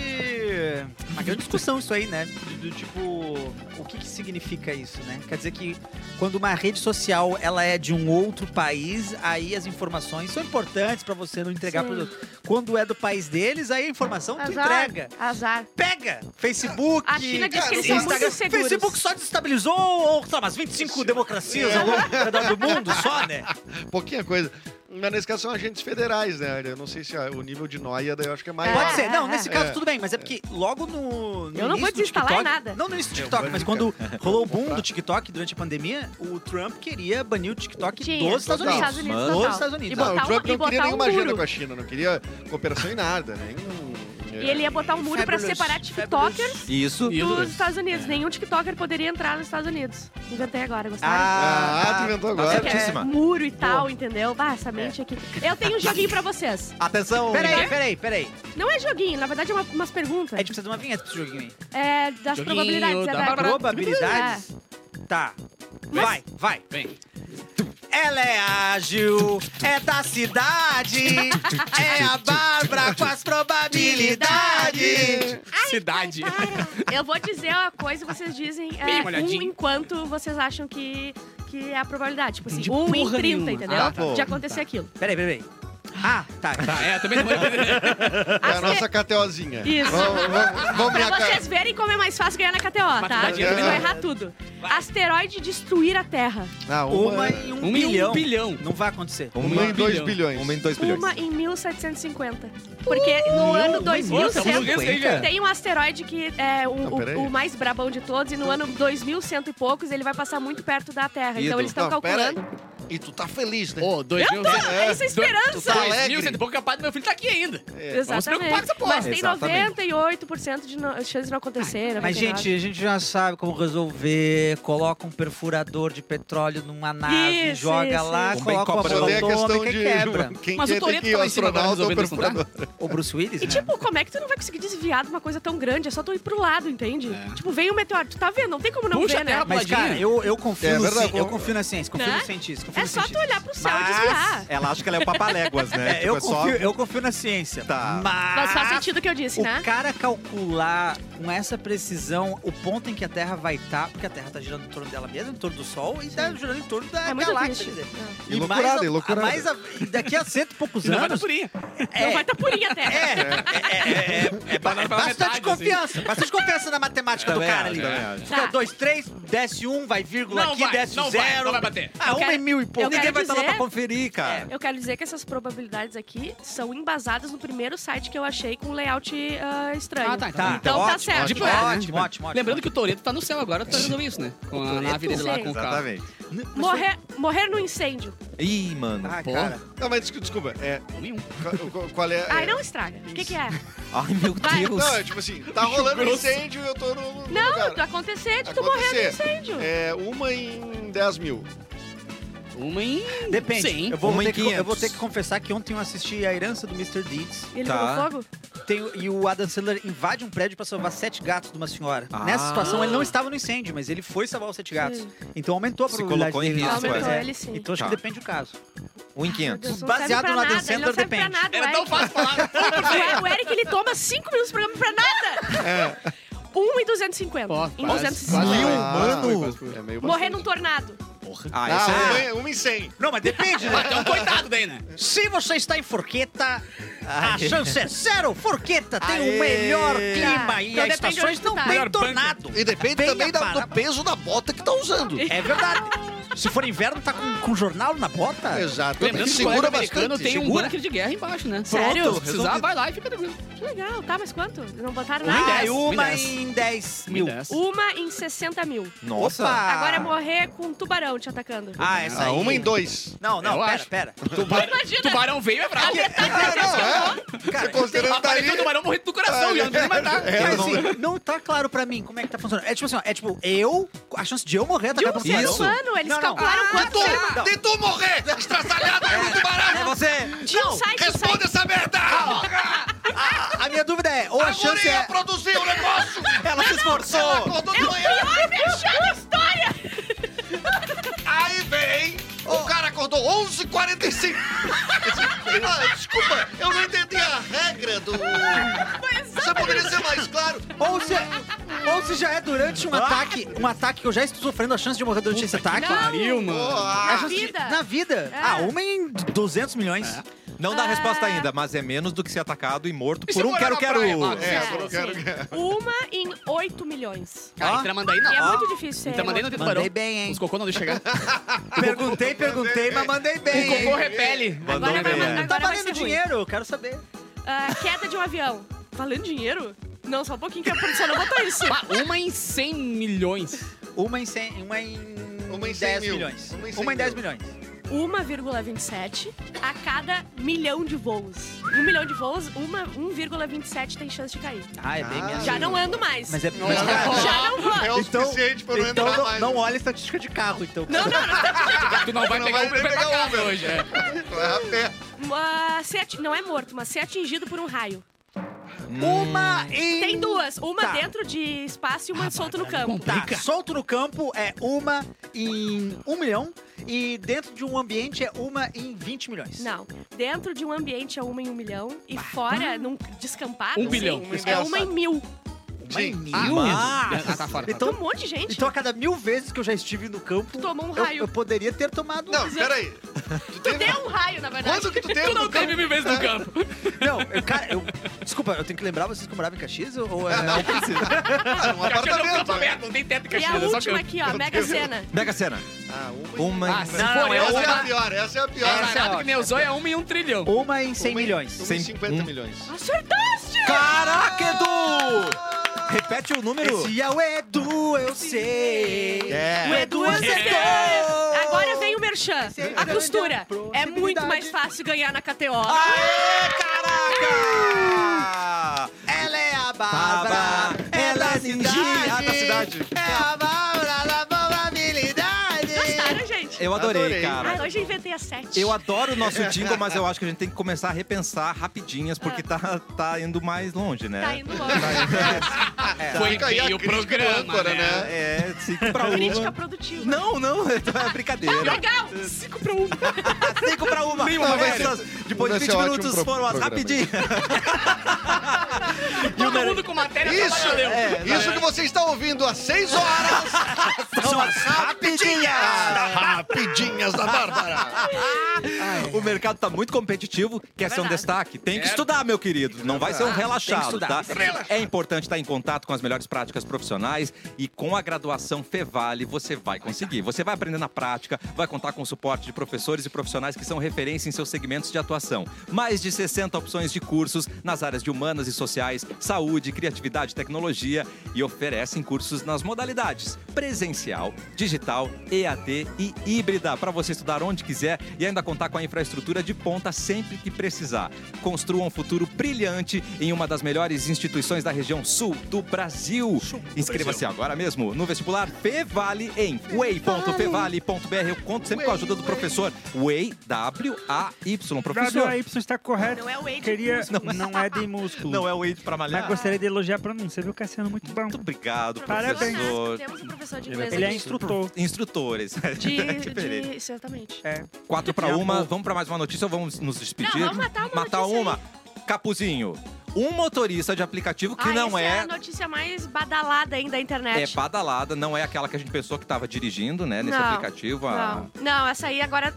S3: Uma grande discussão isso aí, né? Do, do tipo, o que, que significa isso, né? Quer dizer que quando uma rede social ela é de um outro país, aí as informações são importantes pra você não entregar
S4: Sim.
S3: pros outros. Quando é do país deles, aí a informação tu
S4: Azar.
S3: entrega.
S4: Azar.
S3: Pega! Facebook!
S4: A China diz que eles
S5: são
S3: Instagram.
S4: muito seguros.
S3: Facebook só desestabilizou, ou, sei lá, umas 25 democracias ao longo do mundo só, né?
S5: Pouquinha coisa. Mas nesse caso são agentes federais, né? Eu não sei se ah, o nível de noia daí eu acho que é maior.
S3: Pode ser. Não,
S4: é,
S3: nesse
S5: é.
S3: caso
S5: É.
S3: tudo bem, mas é porque logo no. no
S4: Eu não vou
S3: início do
S4: desinstalar
S3: TikTok-
S4: nada.
S3: Não no início do
S5: É,
S3: TikTok, mas quando rolou o boom do TikTok durante a pandemia, o Trump queria banir o TikTok
S4: Tinha.
S3: dos Estados Unidos.
S4: Estados Unidos,
S3: Dos
S4: total.
S3: Estados Unidos.
S4: E
S5: Não,
S4: botar
S5: Ah, o Trump
S4: um- e
S5: não queria
S4: botar um
S5: nenhuma agenda
S4: muro.
S5: com a China, não queria cooperação em nada, nem. um-
S4: E ele ia botar um muro para
S3: Fabulous.
S4: separar
S3: Fabulous.
S4: TikTokers
S1: Isso.
S4: dos Estados Unidos. Nenhum TikToker poderia entrar nos Estados Unidos. Inventei agora, gostaram? tá. é
S5: Ah,
S3: tá.
S5: tu inventou agora.
S1: certo. certíssima.
S4: muro e tal, entendeu? Bah, essa mente aqui. Eu tenho um joguinho pra vocês.
S3: Atenção! Peraí, peraí, peraí.
S4: Não é joguinho, na verdade é uma- umas
S3: A
S4: perguntas.
S3: gente precisa de uma vinheta pra esse joguinho aí.
S4: É, das
S2: Joguinho
S4: probabilidades.
S2: da
S4: é da- É.
S3: Probabilidades? Tá. Vai, vai.
S2: Vem.
S3: Ela é ágil, é da cidade, é a Bárbara com as probabilidades.
S2: Cidade.
S4: É. Eu vou dizer uma coisa e vocês dizem é,
S2: Bem
S4: um
S2: molhadinho.
S4: enquanto vocês acham que, que é a probabilidade. Tipo assim,
S2: De
S4: um em
S2: porra
S4: 30,
S2: nenhuma.
S4: entendeu?
S5: Ah, pô.
S4: de acontecer aquilo.
S3: Peraí, peraí. Ah, tá.
S2: Tá, é, também não é.
S5: É a nossa KTOzinha.
S4: Isso.
S5: Vamos, vamos, vamos
S4: Pra
S5: minha ca-
S4: vocês verem como é mais fácil ganhar na KTO, tá?
S2: Matemática
S4: Eu
S5: também
S4: vou
S5: não.
S4: errar tudo. Asteroide destruir a Terra.
S5: Ah,
S3: Uma em um,
S2: Um em
S3: bilhão.
S2: um bilhão.
S3: Não vai acontecer.
S5: Uma
S2: um
S5: em 2
S2: bilhão.
S5: bilhões.
S1: Uma em dois bilhões.
S4: Uma em 1750. Porque no ano
S2: Uh, Nossa, eu não
S4: 2100
S2: sei, é velho.
S4: tem um asteroide que é o,
S5: Não,
S4: o-
S5: peraí.
S4: o mais brabão de todos e no ano 2100 e poucos ele vai passar muito perto da Terra. Então
S1: Ídolo.
S4: eles estão
S5: Não, pera
S4: calculando.
S5: E tu tá feliz, né?
S2: Ô, dois mil.
S4: É isso é
S5: Tu
S4: esperança.
S5: tá
S2: Dois mil,
S5: alegre.
S2: cento e pouco, capaz do meu filho tá aqui ainda. vamos
S4: Exatamente.
S2: preocupar com essa porra.
S4: Mas tem
S1: Exatamente.
S4: 98% de no- chance de não acontecer.
S3: Mas,
S4: 99.
S3: gente, a gente já sabe como resolver. Coloca um perfurador de petróleo numa nave,
S4: Isso,
S3: joga
S4: isso,
S3: lá,
S1: isso.
S3: coloca uma
S1: Bem
S3: bomba
S5: Poder é questão
S3: atômica
S5: de
S3: e um quebra.
S5: quem
S2: Mas o
S5: quer ter
S2: Toretto
S5: que ir, o
S2: tá lá em cima agora
S5: astronauta ou o
S2: resolvendo isso, não
S5: perfurador.
S2: tá?
S3: O Bruce Willis,
S4: E
S3: né?
S4: tipo, como é que tu não vai conseguir desviar de uma coisa tão grande? É só tu ir pro lado, entende? Tipo, vem um meteoro, tu tá vendo? Não tem como não
S2: Puxa a
S4: ver, né?
S2: terra
S3: Mas, cara,
S2: Peladinha.
S3: eu, eu, confio
S5: É
S3: no
S5: verdade,
S3: ci- eu
S5: com-
S3: confio na ciência, confio
S4: Né?
S3: nos cientistas. confio
S4: É
S3: nos
S4: só tu
S3: cientistas.
S4: olhar pro céu e desviar.
S8: Mas ela acha que ela é o papaléguas, né?
S3: É,
S8: Tipo,
S3: eu,
S8: só-
S3: confio, eu confio na ciência.
S8: Tá.
S4: Mas
S3: Mas,
S4: faz sentido o que eu disse,
S3: o
S4: né?
S3: cara calcular com essa precisão o ponto em que a Terra vai estar, porque a Terra tá girando em torno dela mesma, em torno do Sol, e tá girando em torno da
S4: É muito
S3: galáxia.
S4: triste. Não.
S5: E loucurada,
S3: mais, a-
S5: e loucurada.
S3: mais a- e daqui a cento e poucos
S2: Não vai dar
S3: anos.
S2: purinha.
S3: É,
S4: Não vai estar purinha a terra.
S3: é, é, é, é, é, ba-
S2: Vai dar
S3: bastante
S2: metade, assim.
S3: confiança. Bastante confiança na matemática
S8: Também
S3: do cara
S8: acho,
S3: ali.
S8: também acho.
S3: Fica dois, três, desce um, vai vírgula
S2: Não
S3: aqui,
S2: vai,
S3: desce
S2: não vai,
S3: zero.
S2: não vai bater.
S3: Ah,
S4: Eu
S3: uma
S4: quero-
S3: em mil e pouco.
S4: eu
S8: Ninguém
S4: quero
S8: vai estar lá
S4: dizer-
S8: pra conferir, cara.
S4: Eu quero dizer que essas probabilidades aqui são embasadas no primeiro site que eu achei com layout ah, estranho.
S2: Ah, tá, então.
S3: Tá,
S4: Então tá
S3: ótimo,
S4: certo.
S2: ótimo,
S4: né?
S2: ótimo,
S3: ótimo, ótimo, ótimo.
S2: Lembrando que o Toreto tá no céu agora, tá resolvendo isso, né? Com a nave dele lá
S4: Sim.
S2: com o carro.
S8: Exatamente.
S4: Morrer, morrer no incêndio.
S1: Ih, mano.
S3: Ah,
S2: Pô.
S3: cara.
S5: Não, mas desculpa, desculpa, é.
S2: Nenhum.
S5: qual- qual- Qual é.
S4: Ai,
S5: é-
S4: não estraga. O que, que é?
S1: Ai, meu
S4: Vai.
S1: Deus.
S5: Não, é tipo assim, tá rolando incêndio e eu tô no. no
S4: Não,
S5: lugar.
S4: tu acontecer de tu morrer no
S5: Acontecer.
S4: incêndio.
S5: É uma em 10 mil.
S2: Uma em...
S3: Depende.
S2: Sim.
S3: Eu, vou
S1: Uma em
S3: ter que, eu
S1: 500.
S3: vou ter que confessar que ontem eu assisti A Herança do Mr. Deeds.
S4: Ele
S1: Tá.
S4: pegou fogo?
S3: Tem o- e o Adam Sandler invade um prédio pra salvar sete gatos de uma senhora.
S1: Ah.
S3: Nessa situação, ele não estava no incêndio, mas ele foi salvar os sete gatos.
S4: Sim.
S3: Então aumentou a
S1: Se
S3: probabilidade
S1: colocou em
S3: dele.
S1: risco,
S4: Aumentou,
S3: é.
S4: ele sim.
S3: Então acho
S1: Tá.
S3: que depende do caso.
S1: Um em
S4: Meu
S1: 500.
S4: Deus, não serve
S3: Baseado
S4: pra
S3: no Adam
S4: nada, ele
S3: Sandler,
S4: não serve pra
S3: depende.
S4: nada, o
S2: Era tão
S4: Eric.
S2: fácil assim. falar.
S4: O Eric, ele toma 5 minutos de programa pra nada. Um e 250.
S2: Ó,
S4: em
S2: quase,
S4: 250.
S1: Mil,
S5: Ah,
S1: mano.
S5: quase foi, é meio
S4: Morrer
S5: bastante.
S4: num tornado.
S1: Ah,
S5: Ah,
S1: isso
S5: uma,
S1: é.
S5: em- uma em 100.
S3: Não, mas depende, né?
S2: Então, coitado daí, né?
S3: Se você está em Forqueta, a
S1: Aê.
S3: chance é zero. Forqueta tem
S1: Aê.
S3: o melhor clima e
S4: Então
S3: as
S4: depende
S3: estações
S4: onde tu
S3: não
S4: tá.
S3: tem
S9: Melhor banco.
S3: tornado.
S5: E depende
S3: Bem
S5: também da-
S3: apara-
S5: do peso da bota que tá usando.
S3: É verdade. Se for inverno, tá com, com jornal na bota?
S5: Exato.
S2: Lembrando que o
S5: Segura
S2: colégio americano
S5: bastante.
S2: tem um
S5: segura.
S2: bunker de guerra embaixo, né?
S4: Sério?
S2: Se precisar, vai lá e fica tranquilo.
S4: Que legal, tá? Mas quanto? Não botaram
S2: Um em
S4: nada?
S3: Ah,
S2: dez,
S3: é uma
S2: um em dez.
S3: em 10 mil.
S4: Uma em 60 mil.
S1: Nossa.
S3: Opa.
S4: Agora é morrer com um tubarão te atacando.
S3: Ah, essa aí.
S5: Ah, uma em dois.
S3: Não, não,
S2: Eu
S3: pera,
S2: acho.
S3: pera.
S4: Imagina. tá
S2: Tubarão veio, é bravo.
S5: Ah, não,
S3: Cara,
S5: é. Considerando
S2: Rapaz,
S5: dali.
S2: tem um tubarão morrendo do coração, já não precisa matar.
S5: É,
S3: Cara,
S5: não-
S3: assim, não tá claro pra mim como é que tá funcionando. É tipo assim, ó, é tipo, eu, a chance de eu morrer
S4: De
S3: atacar
S4: um
S3: pra
S4: ser
S1: Isso.
S4: humano, eles
S3: Não, não.
S4: calcularam quanto...
S3: Ah, não.
S5: De tu morrer, estraçalhada aí no
S3: Ah,
S5: tubarão.
S1: É você.
S4: De
S3: então,
S4: um site, um site.
S5: Responda essa merda!
S3: A minha dúvida é, ou a
S5: A
S3: chance
S5: guria
S3: é...
S5: produziu o negócio!
S1: Ela se
S5: Ela
S1: esforçou.
S4: É
S5: acordou de manhã,
S4: Ai, fechando a história!
S5: aí vem... O cara acordou 11h45! ah, desculpa, eu não entendi a regra do... Você poderia ser mais claro?
S3: Ou se, ou se já é durante
S5: Ah.
S3: um ataque, um ataque que eu já estou sofrendo a chance de morrer durante esse ataque.
S2: Pariu, mano.
S5: Ah,
S3: A chance de-
S4: Vida. É.
S3: na vida. Ah, uma em 200 milhões.
S5: É.
S1: Não
S4: Ah.
S1: dá a resposta ainda, mas é menos do que ser atacado e morto
S2: E se
S1: por um
S2: morar na
S1: quero-quero.
S2: praia, mano?
S5: É, eu não
S4: sim.
S5: quero...
S4: assim, Uma em 8 milhões.
S2: Cara,
S3: Ó.
S2: em Tramandaí não.
S4: E é
S2: Em
S4: muito difícil ser...
S2: Tramandaí não tem tubarão.
S3: Mandei bem, hein?
S2: Os cocô não deixam chegar. O
S3: Perguntei, perguntei, mas mandei bem.
S2: cocô
S3: hein?
S2: repele.
S1: Mandou
S4: Agora vai
S1: bem,
S4: mandar-
S1: é.
S3: Tá
S4: Agora vai
S3: valendo
S4: ser ruim.
S3: dinheiro, eu quero saber.
S4: Ah, queda de um avião. Valendo dinheiro? Não, só um pouquinho que a produção não botou isso.
S2: Bah, Uma em 100 milhões.
S3: Uma em 100, uma em,
S5: Uma em 100
S3: 10
S5: mil.
S3: milhões.
S5: Uma
S3: Uma
S5: em
S3: em,
S5: 100
S3: 10
S5: mil.
S3: milhões.
S4: 1,27 a cada milhão de voos. Um milhão de voos, uma- 1,27 tem chance de cair.
S3: Ah, é bem
S5: Ah.
S3: menos.
S4: Já não ando mais.
S3: Mas é
S4: Já não vou.
S5: É o suficiente pra eu não
S3: então
S5: entrar
S3: não,
S5: mais.
S3: não olha a estatística de carro, então.
S4: Não, não, não.
S2: Tu não vai
S5: Não
S2: pegar
S5: vai
S2: o
S5: nem pegar
S2: pegar
S5: Uber.
S2: hoje. é.
S5: Vai a pé.
S4: Ah, ser ati- Não é morto, mas ser atingido por um raio.
S3: Uma em...
S4: Hum. Tem duas. Uma
S3: Tá.
S4: dentro de espaço e uma solta no campo.
S3: Tá, solto no campo é uma em 1 milhão e dentro de um ambiente é uma em 20 milhões.
S4: Não. Dentro de um ambiente é uma em um milhão. E fora, num descampado,
S2: Um
S4: assim,
S2: bilhão.
S4: é uma em mil.
S3: Uma em
S5: Sim.
S3: mil.
S2: Ah,
S3: Mas-
S2: Ah, tá fora.
S4: Tem
S3: Então,
S4: um monte de gente.
S3: então a cada mil vezes que eu já estive no campo,
S4: Tomou um
S3: eu-
S4: raio.
S3: Eu, poderia ter tomado um.
S5: Não, peraí. Tu
S4: Tu
S5: teve...
S4: deu um raio, na verdade.
S5: Quanto que tu teve
S2: Tu
S5: no
S2: não teve mil vezes no campo.
S3: Não, eu, cara, eu- Desculpa, eu tenho que lembrar vocês que moravam em Caxias ou- ou é...
S5: Ah, um
S2: Caxias é um campo
S5: apartamento. né?
S2: aberto, não tem teto em
S4: E a
S2: Caxias, é só
S4: última
S2: campo.
S4: aqui, ó, Mega Sena.
S1: Mega Sena.
S5: Ah, uma em-
S1: Uma
S2: Ah,
S1: em...
S2: se
S3: Não,
S2: for eu,
S5: Essa é a
S2: vai-
S5: pior, essa é a pior.
S2: Essa é
S3: ótima.
S2: a que Neuzou é uma em um trilhão.
S3: Uma em 100
S5: Uma em-
S3: milhões.
S5: Uma em
S1: Cem-
S5: 50
S1: um.
S5: milhões.
S4: Acertaste!
S1: Caraca, Edu! Repete o número.
S3: Esse é o Edu, eu sei.
S5: É.
S3: O Edu acertou.
S4: Agora vem o Merchan.
S3: Sem
S4: A costura.
S3: grande
S4: É muito mais
S3: possibilidade.
S4: fácil ganhar na KTO.
S1: Aê, caraca!
S3: Ela é a
S1: Bárbara,
S3: Bárbara, ela é
S1: Ah, da cidade.
S3: É a Bárbara da probabilidade.
S4: Gostaram, gente?
S1: Eu adorei,
S5: Adorei.
S1: cara.
S4: Ah, hoje eu inventei a sete.
S1: Eu adoro o nosso jingle, mas eu acho que a gente tem que começar a repensar rapidinhas, porque tá, tá indo mais longe, né?
S4: Tá indo longe.
S2: Foi
S5: Fica aí a
S2: bem o
S5: crítica do
S2: programa,
S5: âncora,
S2: né?
S1: É, cinco pra
S4: Crítica
S1: uma.
S4: produtiva.
S1: Não, não, é brincadeira.
S4: Legal! Cinco pra um.
S1: Cinco pra uma.
S5: Não, vai ser-
S1: Essas- Depois de
S5: vai
S1: 20
S5: ser ótimo
S1: minutos
S5: pro-
S1: foram as
S5: programa.
S1: rapidinhas.
S2: Todo mundo com matéria
S5: Isso, é.
S2: trabalhou.
S5: isso que você está ouvindo às 6 horas.
S1: São as rapidinhas!
S5: Rapidinhas da Bárbara.
S1: O mercado tá muito competitivo. Quer ser um
S4: verdade.
S1: destaque? Tem que
S2: Quero.
S1: estudar, meu querido. Não vai ser um relaxado,
S3: É. estudar.
S1: tá? É importante estar em contato com as melhores práticas profissionais e com a graduação Fevale você vai conseguir. Você vai aprender na prática, vai contar com o suporte de professores e profissionais que são referência em seus segmentos de atuação. Mais de 60 opções de cursos nas áreas de humanas e sociais, saúde saúde, criatividade e tecnologia e oferecem cursos nas modalidades presencial, digital, EAD e híbrida para você estudar onde quiser e ainda contar com a infraestrutura de ponta sempre que precisar. Construa um futuro brilhante em uma das melhores instituições da região sul do Brasil. Inscreva-se agora mesmo no vestibular Fevale em way.fevale.br. Eu conto sempre com a ajuda do professor Way W A Y, professor.
S7: W Y está correto.
S4: Não é o Wade
S7: Queria... Não, é de músculo.
S1: Não é o Wade para
S7: Mas
S1: malhar.
S7: gostaria de elogiar a pronúncia, viu, Cassiano? é Muito bom.
S1: Muito obrigado,
S7: Parabéns.
S1: professor.
S4: Temos um professor de inglês
S7: Ele é
S4: aqui.
S7: instrutor.
S1: Instrutores.
S4: De,
S1: Que beleza.
S4: de- certamente.
S7: É.
S1: Quatro para uma, vamos para mais uma notícia ou vamos nos despedir?
S4: Não, vamos matar uma notícia
S1: uma. Capuzinho, um motorista de aplicativo que
S4: Ah,
S1: não
S4: essa
S1: é.
S4: a notícia mais badalada ainda da
S1: É
S4: internet.
S1: badalada, não é aquela que a gente pensou que estava dirigindo, né? Nesse
S4: Não,
S1: aplicativo. a-
S4: Não, não, essa aí agora.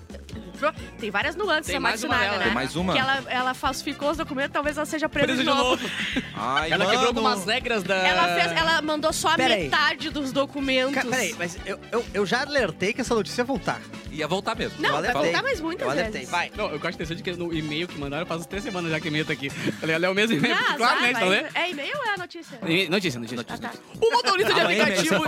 S4: Tem várias nuances,
S2: Tem
S4: é
S2: mais uma
S4: marginada,
S2: dela,
S4: né?
S1: Tem mais uma?
S4: Que ela, ela falsificou os documentos, talvez ela seja presa
S2: Preso
S4: de novo.
S1: Ai,
S2: Ela
S1: mano.
S2: quebrou algumas regras da.
S1: Ah.
S4: Ela, fez, ela mandou só a
S3: Pera aí.
S4: metade dos documentos.
S3: Ca- Peraí, mas eu, eu, eu já alertei que essa notícia ia voltar.
S1: Ia voltar mesmo. é
S4: Não,
S3: Eu
S4: vai
S3: alertei.
S4: voltar mais muitas
S3: Eu alertei,
S4: vezes.
S3: vai.
S2: Não, eu gosto interessante que no e-mail que mandaram, faz uns três semanas já que e-mail tá aqui. Falei, ela é o mesmo e-mail.
S4: Ah,
S2: claro, né?
S4: azar,
S2: Então,
S4: vai.
S2: né?
S4: É e-mail ou é a notícia?
S2: E- Notícia, notícia.
S4: Ah, tá.
S2: Um motorista de
S1: Amanhã
S2: aplicativo.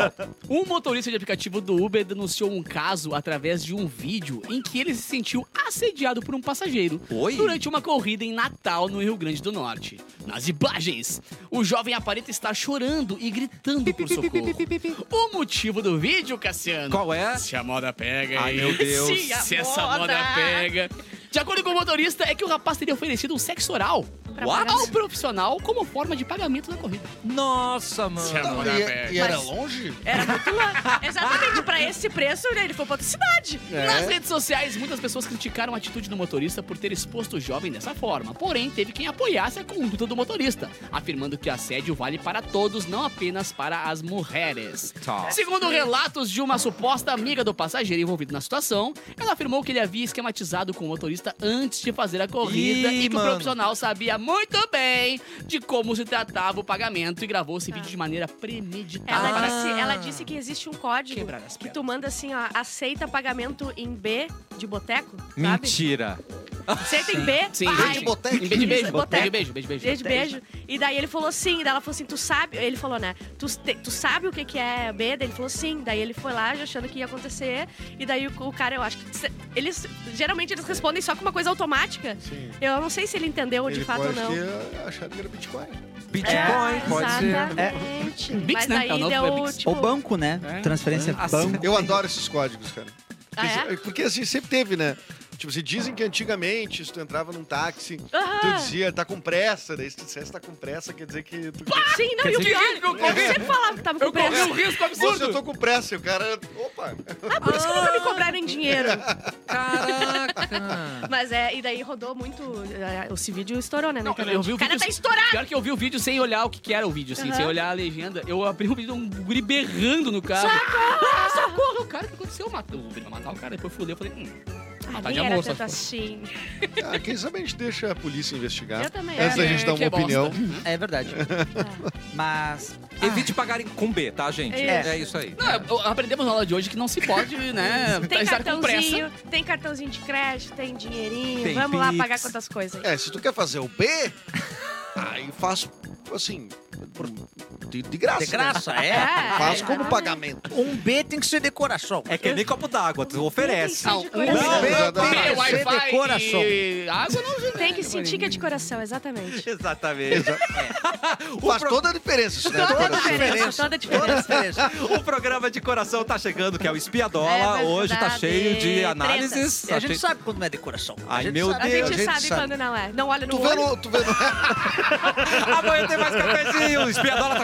S2: Um motorista de aplicativo do Uber denunciou um caso através de um vídeo em que ele se sentiu assediado por um passageiro
S1: Oi?
S2: durante uma corrida em Natal, no Rio Grande do Norte. Nas imagens, o jovem aparenta estar chorando e gritando por socorro. O motivo do vídeo, Cassiano?
S1: Qual é?
S2: Se a moda pega,
S1: Ai,
S2: hein?
S1: meu Deus.
S2: Se, a essa moda. pega. De acordo com o motorista, é que o rapaz teria oferecido um sexo oral
S4: Pra
S1: What?
S4: pagar-
S2: ao profissional como forma de pagamento da corrida.
S1: Nossa, mano.
S2: Não,
S3: é-
S10: E-
S2: velho.
S10: e, era
S4: Mas-
S10: longe?
S4: Era muito lá. Exatamente, pra esse preço, né, ele foi pra outra cidade.
S1: É.
S2: Nas redes sociais, muitas pessoas criticaram a atitude do motorista por ter exposto o jovem dessa forma. Porém, teve quem apoiasse a conduta do motorista, afirmando que o assédio vale para todos, não apenas para as mulheres.
S1: Tá.
S2: Segundo relatos de uma suposta amiga do passageiro envolvido na situação, ela afirmou que ele havia esquematizado com o motorista antes de fazer a corrida
S1: Ih,
S2: e que
S1: mano.
S2: o profissional sabia muito bem de como se tratava o pagamento e gravou esse vídeo de maneira premeditada.
S4: Ela, é
S2: para
S4: disse, ela disse que existe um código
S2: Ah. Quebrar as
S4: que tu manda assim, ó, aceita pagamento em B de boteco, sabe?
S1: Mentira.
S4: Aceita em B,
S2: Sim,
S4: vai.
S2: gente.
S10: boteco.
S2: Em vez de beijo,
S4: Boteco.
S2: beijo, beijo, beijo, beijo.
S4: Beijo, beijo. E daí ele falou sim. Daí ela falou assim: tu sabe. Ele falou, né? Tu, te- tu sabe o que, que é B? Daí ele falou sim. Daí ele foi lá já achando que ia acontecer. E daí o, o cara, eu acho que. se- Eles. Geralmente eles respondem só com uma coisa automática.
S5: Sim.
S4: Eu não sei se ele entendeu de
S5: Ele
S4: fato ou
S5: pode
S4: não.
S5: ter achado que era Bitcoin.
S1: Bitcoin,
S4: É,
S1: pode ser.
S4: Exatamente.
S2: Bix,
S4: Mas
S2: É. né? É o
S4: daí
S2: novo- é
S4: deu,
S2: Bix.
S4: tipo.
S3: Ou banco, né?
S2: É.
S3: Transferência
S1: Ah,
S3: banco.
S5: Eu adoro esses códigos, cara.
S4: Ah, é?
S5: Porque, porque assim, sempre teve, né? Tipo, se dizem que antigamente, se tu entrava num táxi, tu
S4: Aham.
S5: dizia, tá com pressa. Daí se tu dissesse tá com pressa, quer dizer que tu.
S4: Sim, não, e o pior.
S2: é
S4: Eu sempre falava que tava com
S2: Eu corri
S4: pressa.
S2: um risco
S5: Moço, eu
S2: absurdo.
S5: tô com pressa. E o cara. Opa!
S4: Ah, por isso que nunca me cobraram em dinheiro.
S1: Caraca.
S4: Mas é, e daí rodou muito. é, Esse vídeo estourou, né? na
S2: Não,
S4: internet.
S2: eu vi o
S4: cara
S2: vídeo-
S4: tá estourado!
S2: Pior que eu vi o vídeo sem olhar o que, que era o vídeo, assim,
S4: Aham.
S2: sem olhar a legenda. Eu abri o vídeo um guri berrando no carro. Ah, socorro! O cara, o que aconteceu? Matou o Uber, matar o cara. Depois fudeu, eu falei, hum, matar de
S4: Nem era
S2: amor. só
S4: tanto
S2: ficou.
S4: assim.
S5: Ah, quem sabe a gente deixa a polícia investigar.
S4: Eu também.
S5: Antes da
S2: É,
S5: Tá. gente dar
S2: que
S5: uma
S2: é bosta.
S5: opinião.
S3: É verdade. Mas.
S1: Evite pagar em- com B, tá, gente?
S4: Isso.
S1: É, isso aí.
S2: Não, eu- aprendemos na aula de hoje que não se pode, né,
S4: Tem
S2: estar com pressa.
S4: cartãozinho, tem cartãozinho de crédito, tem dinheirinho.
S1: Tem
S4: Vamos lá
S1: Pix.
S4: pagar quantas coisas. aí.
S5: É, se tu quer fazer o B, aí faz assim. De, de graça. De graça,
S4: É,
S5: Faz como
S4: exatamente.
S5: pagamento.
S3: Um B tem que ser decoração.
S1: É que nem copo d'água, tu oferece.
S4: Tem que sentir de
S3: Não,
S4: coração.
S5: Não, não,
S2: Tem
S3: não. Ser
S2: Wi-Fi
S3: decoração.
S2: e água não gente.
S4: Tem que sentir que é de coração,
S1: É
S4: exatamente.
S1: Exatamente.
S5: Faz toda a diferença isso, né?
S4: Toda
S5: Agora,
S4: a diferença, toda a diferença.
S1: O programa de coração tá chegando, que é o
S4: É
S1: Espiadola.
S4: verdade.
S1: Hoje tá cheio de análises. Tá
S3: E a gente
S1: Achei-
S3: sabe quando não é decoração.
S1: Ai,
S3: a gente
S1: meu
S3: sabe.
S4: A
S5: A
S4: gente
S5: gente
S4: sabe
S5: sabe.
S4: quando não é. Não olha no
S5: Tu vê
S4: olho.
S5: no. Tu vê no...
S1: Amanhã tem mais cafezinho. O Espiadola tá